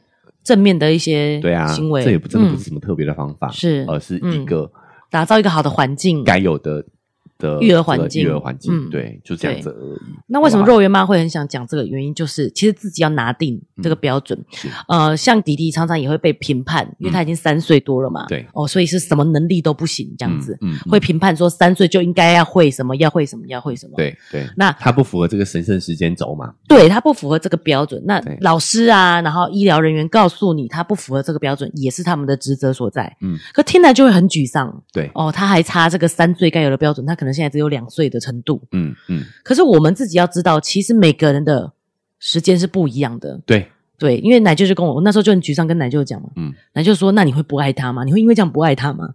Speaker 3: 正面的一些
Speaker 4: 对啊，
Speaker 3: 行为，
Speaker 4: 这也不真的不
Speaker 3: 嗯
Speaker 4: 是什么特别的方法，
Speaker 3: 是嗯
Speaker 4: 而是一个
Speaker 3: 打造一个好的环境。
Speaker 4: 该有的的
Speaker 3: 育儿环境
Speaker 4: 育儿环境，
Speaker 3: 嗯
Speaker 4: 对，就这样子而已。
Speaker 3: 那为什么
Speaker 4: 好不好
Speaker 3: 肉圆妈会很想讲这个？原因就是其实自己要拿定这个标准。
Speaker 4: 嗯是嗯
Speaker 3: 呃，像迪迪常常也会被评判，因为他已经三岁多了嘛，
Speaker 4: 对
Speaker 3: 哦，所以是什么能力都不行这样子。
Speaker 4: 嗯，嗯
Speaker 3: 会评判说三岁就应该要会什么，要会什么，要会什么。，
Speaker 4: 对对，
Speaker 3: 那
Speaker 4: 它不符合这个神圣时间轴嘛？
Speaker 3: 对他不符合这个标准，那
Speaker 4: 对
Speaker 3: 老师啊，然后医疗人员告诉你他不符合这个标准，也是他们的职责所在。
Speaker 4: 嗯，
Speaker 3: 可听来就会很沮丧
Speaker 4: 对，
Speaker 3: 哦，他还差这个三岁该有的标准，他可能现在只有两岁的程度。
Speaker 4: 嗯嗯，
Speaker 3: 可是我们自己要知道，其实每个人的时间是不一样的。
Speaker 4: 对，
Speaker 3: 对，因为奶舅就跟我，我那时候就很沮丧，跟奶舅讲嘛，
Speaker 4: 嗯，
Speaker 3: 奶舅说：“那你会不爱他吗？你会因为这样不爱他吗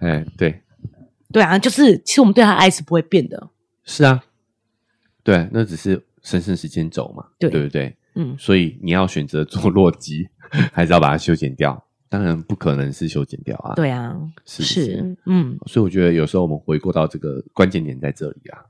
Speaker 4: 哎，对，？”
Speaker 3: 对啊，就是其实我们对他的爱是不会变的。
Speaker 4: 是啊，对，啊那只是神圣时间轴嘛，
Speaker 3: 对
Speaker 4: 对不对？
Speaker 3: 嗯，
Speaker 4: 所以你要选择做洛基，还是要把它修剪掉？当然不可能是修剪掉啊。，
Speaker 3: 对啊，
Speaker 4: 是
Speaker 3: 是嗯，
Speaker 4: 所以我觉得有时候我们回过到这个关键点在这里啊，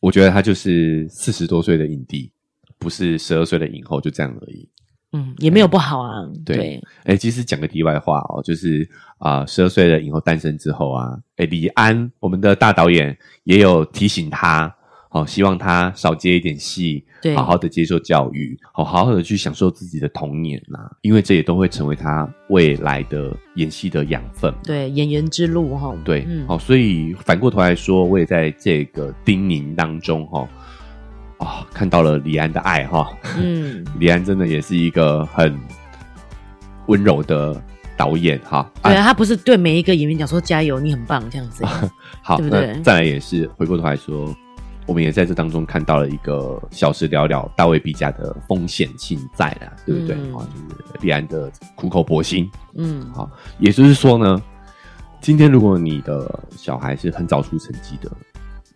Speaker 4: 我觉得他就是四十多岁的影帝，不是十二岁的影后，就这样而已。
Speaker 3: 嗯，也没有不好啊。
Speaker 4: 对
Speaker 3: 对，
Speaker 4: 哎，其实讲个题外话哦，就是啊，十、2二岁的影后诞生之后啊，哎，李安我们的大导演也有提醒他，哦，希望他少接一点戏，
Speaker 3: 对
Speaker 4: 好好的接受教育，好好好的去享受自己的童年啦、因为这也都会成为他未来的演戏的养分。
Speaker 3: 对，嗯演员之路哈。
Speaker 4: 对，好、所以反过头来说，我也在这个叮咛当中哈、哦，啊、看到了李安的爱哈、
Speaker 3: 嗯，
Speaker 4: 李安真的也是一个很温柔的导演哈。
Speaker 3: 对啊，他不是对每一个演员讲说加油，你很棒这样 子。
Speaker 4: 好，
Speaker 3: 对不对
Speaker 4: 那再来也是回过头来说，我们也在这当中看到了一个小时了了大卫毕加的风险性在啦，对不对？
Speaker 3: 嗯
Speaker 4: 好，就是李安的苦口婆心。
Speaker 3: 嗯，
Speaker 4: 好，也就是说呢，今天如果你的小孩是很早出成绩的，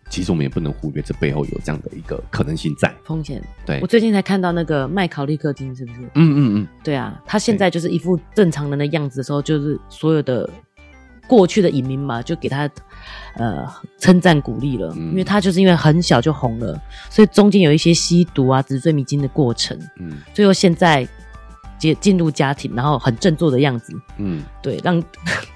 Speaker 4: 其实我们也不能忽略这背后有这样的一个可能性在。
Speaker 3: 风险。
Speaker 4: 对
Speaker 3: 我，最近才看到那个麦考利克金，是不是？
Speaker 4: 嗯嗯嗯，
Speaker 3: 对啊，他现在就是一副正常人的样子的时候，就是所有的过去的影迷嘛，就给他呃称赞鼓励了，
Speaker 4: 嗯
Speaker 3: 因为他就是因为很小就红了，所以中间有一些吸毒啊、纸醉迷金的过程，
Speaker 4: 嗯
Speaker 3: 最后现在接进入家庭，然后很振作的样子，
Speaker 4: 嗯，
Speaker 3: 对， 让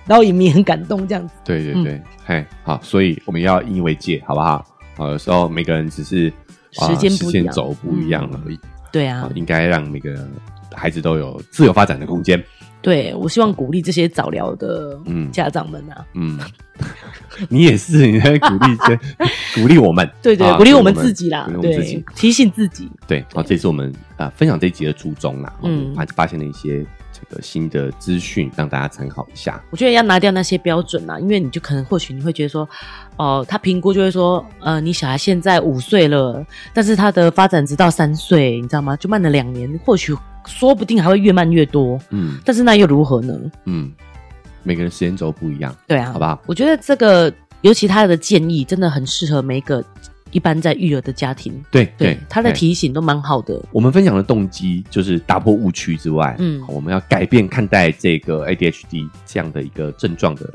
Speaker 3: 让影迷很感动这样子。
Speaker 4: 对对对，嘿，好，所以我们要引以为戒，好不好？啊，有时候每个人只是、啊
Speaker 3: 时间不一样
Speaker 4: 时间轴不一样而已，
Speaker 3: 对
Speaker 4: 啊
Speaker 3: 啊，
Speaker 4: 应该让每个孩子都有自由发展的空间。
Speaker 3: 对我希望鼓励这些早疗的
Speaker 4: 嗯
Speaker 3: 家长们啊，
Speaker 4: 嗯， 你也是，你在鼓励 这鼓励我们，
Speaker 3: 对对，
Speaker 4: 啊
Speaker 3: 鼓励我们自己啦
Speaker 4: 鼓励，我们自己
Speaker 3: 对，，提醒自己，
Speaker 4: 对，好，这是我们啊分享这一集的初衷啦，嗯
Speaker 3: 嗯，
Speaker 4: 发发现了一些这个新的资讯，让大家参考一下。
Speaker 3: 我觉得要拿掉那些标准啊啦，因为你就可能或许你会觉得说，哦、他评估就会说，呃，你小孩现在五岁了，但是他的发展直到三岁，你知道吗？就慢了两年，或许说不定还会越慢越多，
Speaker 4: 嗯
Speaker 3: 但是那又如何呢？
Speaker 4: 嗯，每个人时间轴不一样，
Speaker 3: 对啊，
Speaker 4: 好不好？
Speaker 3: 我觉得这个，尤其他的建议，真的很适合每一个一般在育儿的家庭。
Speaker 4: 对
Speaker 3: 对，他的
Speaker 4: 对
Speaker 3: 提醒都蛮好的。
Speaker 4: 我们分享的动机就是打破误区之外，嗯
Speaker 3: 嗯，
Speaker 4: 我们要改变看待这个 ADHD 这样的一个症状的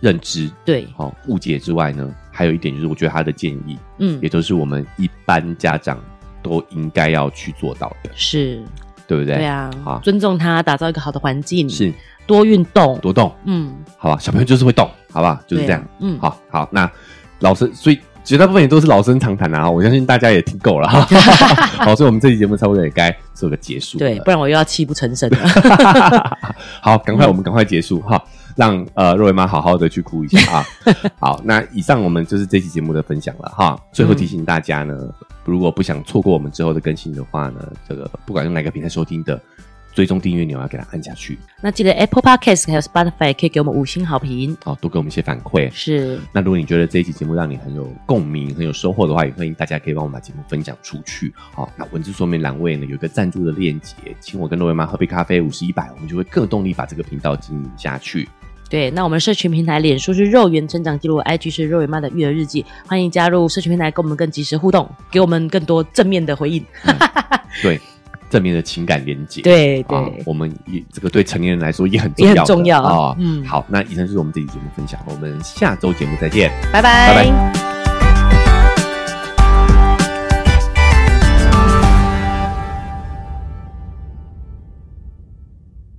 Speaker 4: 认知，
Speaker 3: 对，
Speaker 4: 好、误解之外呢，还有一点就是，我觉得他的建议，
Speaker 3: 嗯
Speaker 4: 也，都是我们一般家长都应该要去做到的，
Speaker 3: 是，
Speaker 4: 对不对？
Speaker 3: 对啊
Speaker 4: 好，
Speaker 3: 尊重他，打造一个好的环境，
Speaker 4: 是
Speaker 3: 多运动，
Speaker 4: 多动，
Speaker 3: 嗯，
Speaker 4: 好吧，小朋友就是会动，好吧，就
Speaker 3: 对
Speaker 4: 是
Speaker 3: 啊
Speaker 4: 这样，
Speaker 3: 嗯
Speaker 4: 好好，那老生，所以绝大部分也都是老生常谈啊，我相信大家也听够 了，哈哈哈哈好，所以我们这期节目差不多也该做个结束了，
Speaker 3: 对，不然我又要泣不成声了。
Speaker 4: 好，赶快，我们赶快结束哈，让呃若维妈好好的去哭一下啊。好，那以上我们就是这期节目的分享了哈。最后提醒大家呢，如果不想错过我们之后的更新的话呢，这个不管用哪个平台收听的，追踪订阅钮要给它按下去，
Speaker 3: 那记得 Apple Podcast 还有 Spotify 可以给我们五星好评。
Speaker 4: 好，多给我们一些反馈。
Speaker 3: 是，
Speaker 4: 那如果你觉得这一期节目让你很有共鸣、很有收获的话，也欢迎大家可以帮我们把节目分享出去。好，那文字说明栏位呢有一个赞助的链接，请我跟若维妈喝杯咖啡，五十一百，我们就会更有动力把这个频道经营下去。
Speaker 3: 对。那我们社群平台，脸书是肉圆成长记录，IG 是肉圆妈的育儿日记，欢迎加入社群平台，跟我们更及时互动，给我们更多正面的回应。
Speaker 4: 对正面的情感连接。
Speaker 3: 对
Speaker 4: 啊
Speaker 3: 对，
Speaker 4: 我们也这个对成年人来说也很重
Speaker 3: 也
Speaker 4: 要
Speaker 3: 很
Speaker 4: 的，
Speaker 3: 重要
Speaker 4: 啊。
Speaker 3: 嗯
Speaker 4: 好，那以上就是我们这期节目分享，我们下周节目再见，
Speaker 3: 拜拜
Speaker 4: 拜拜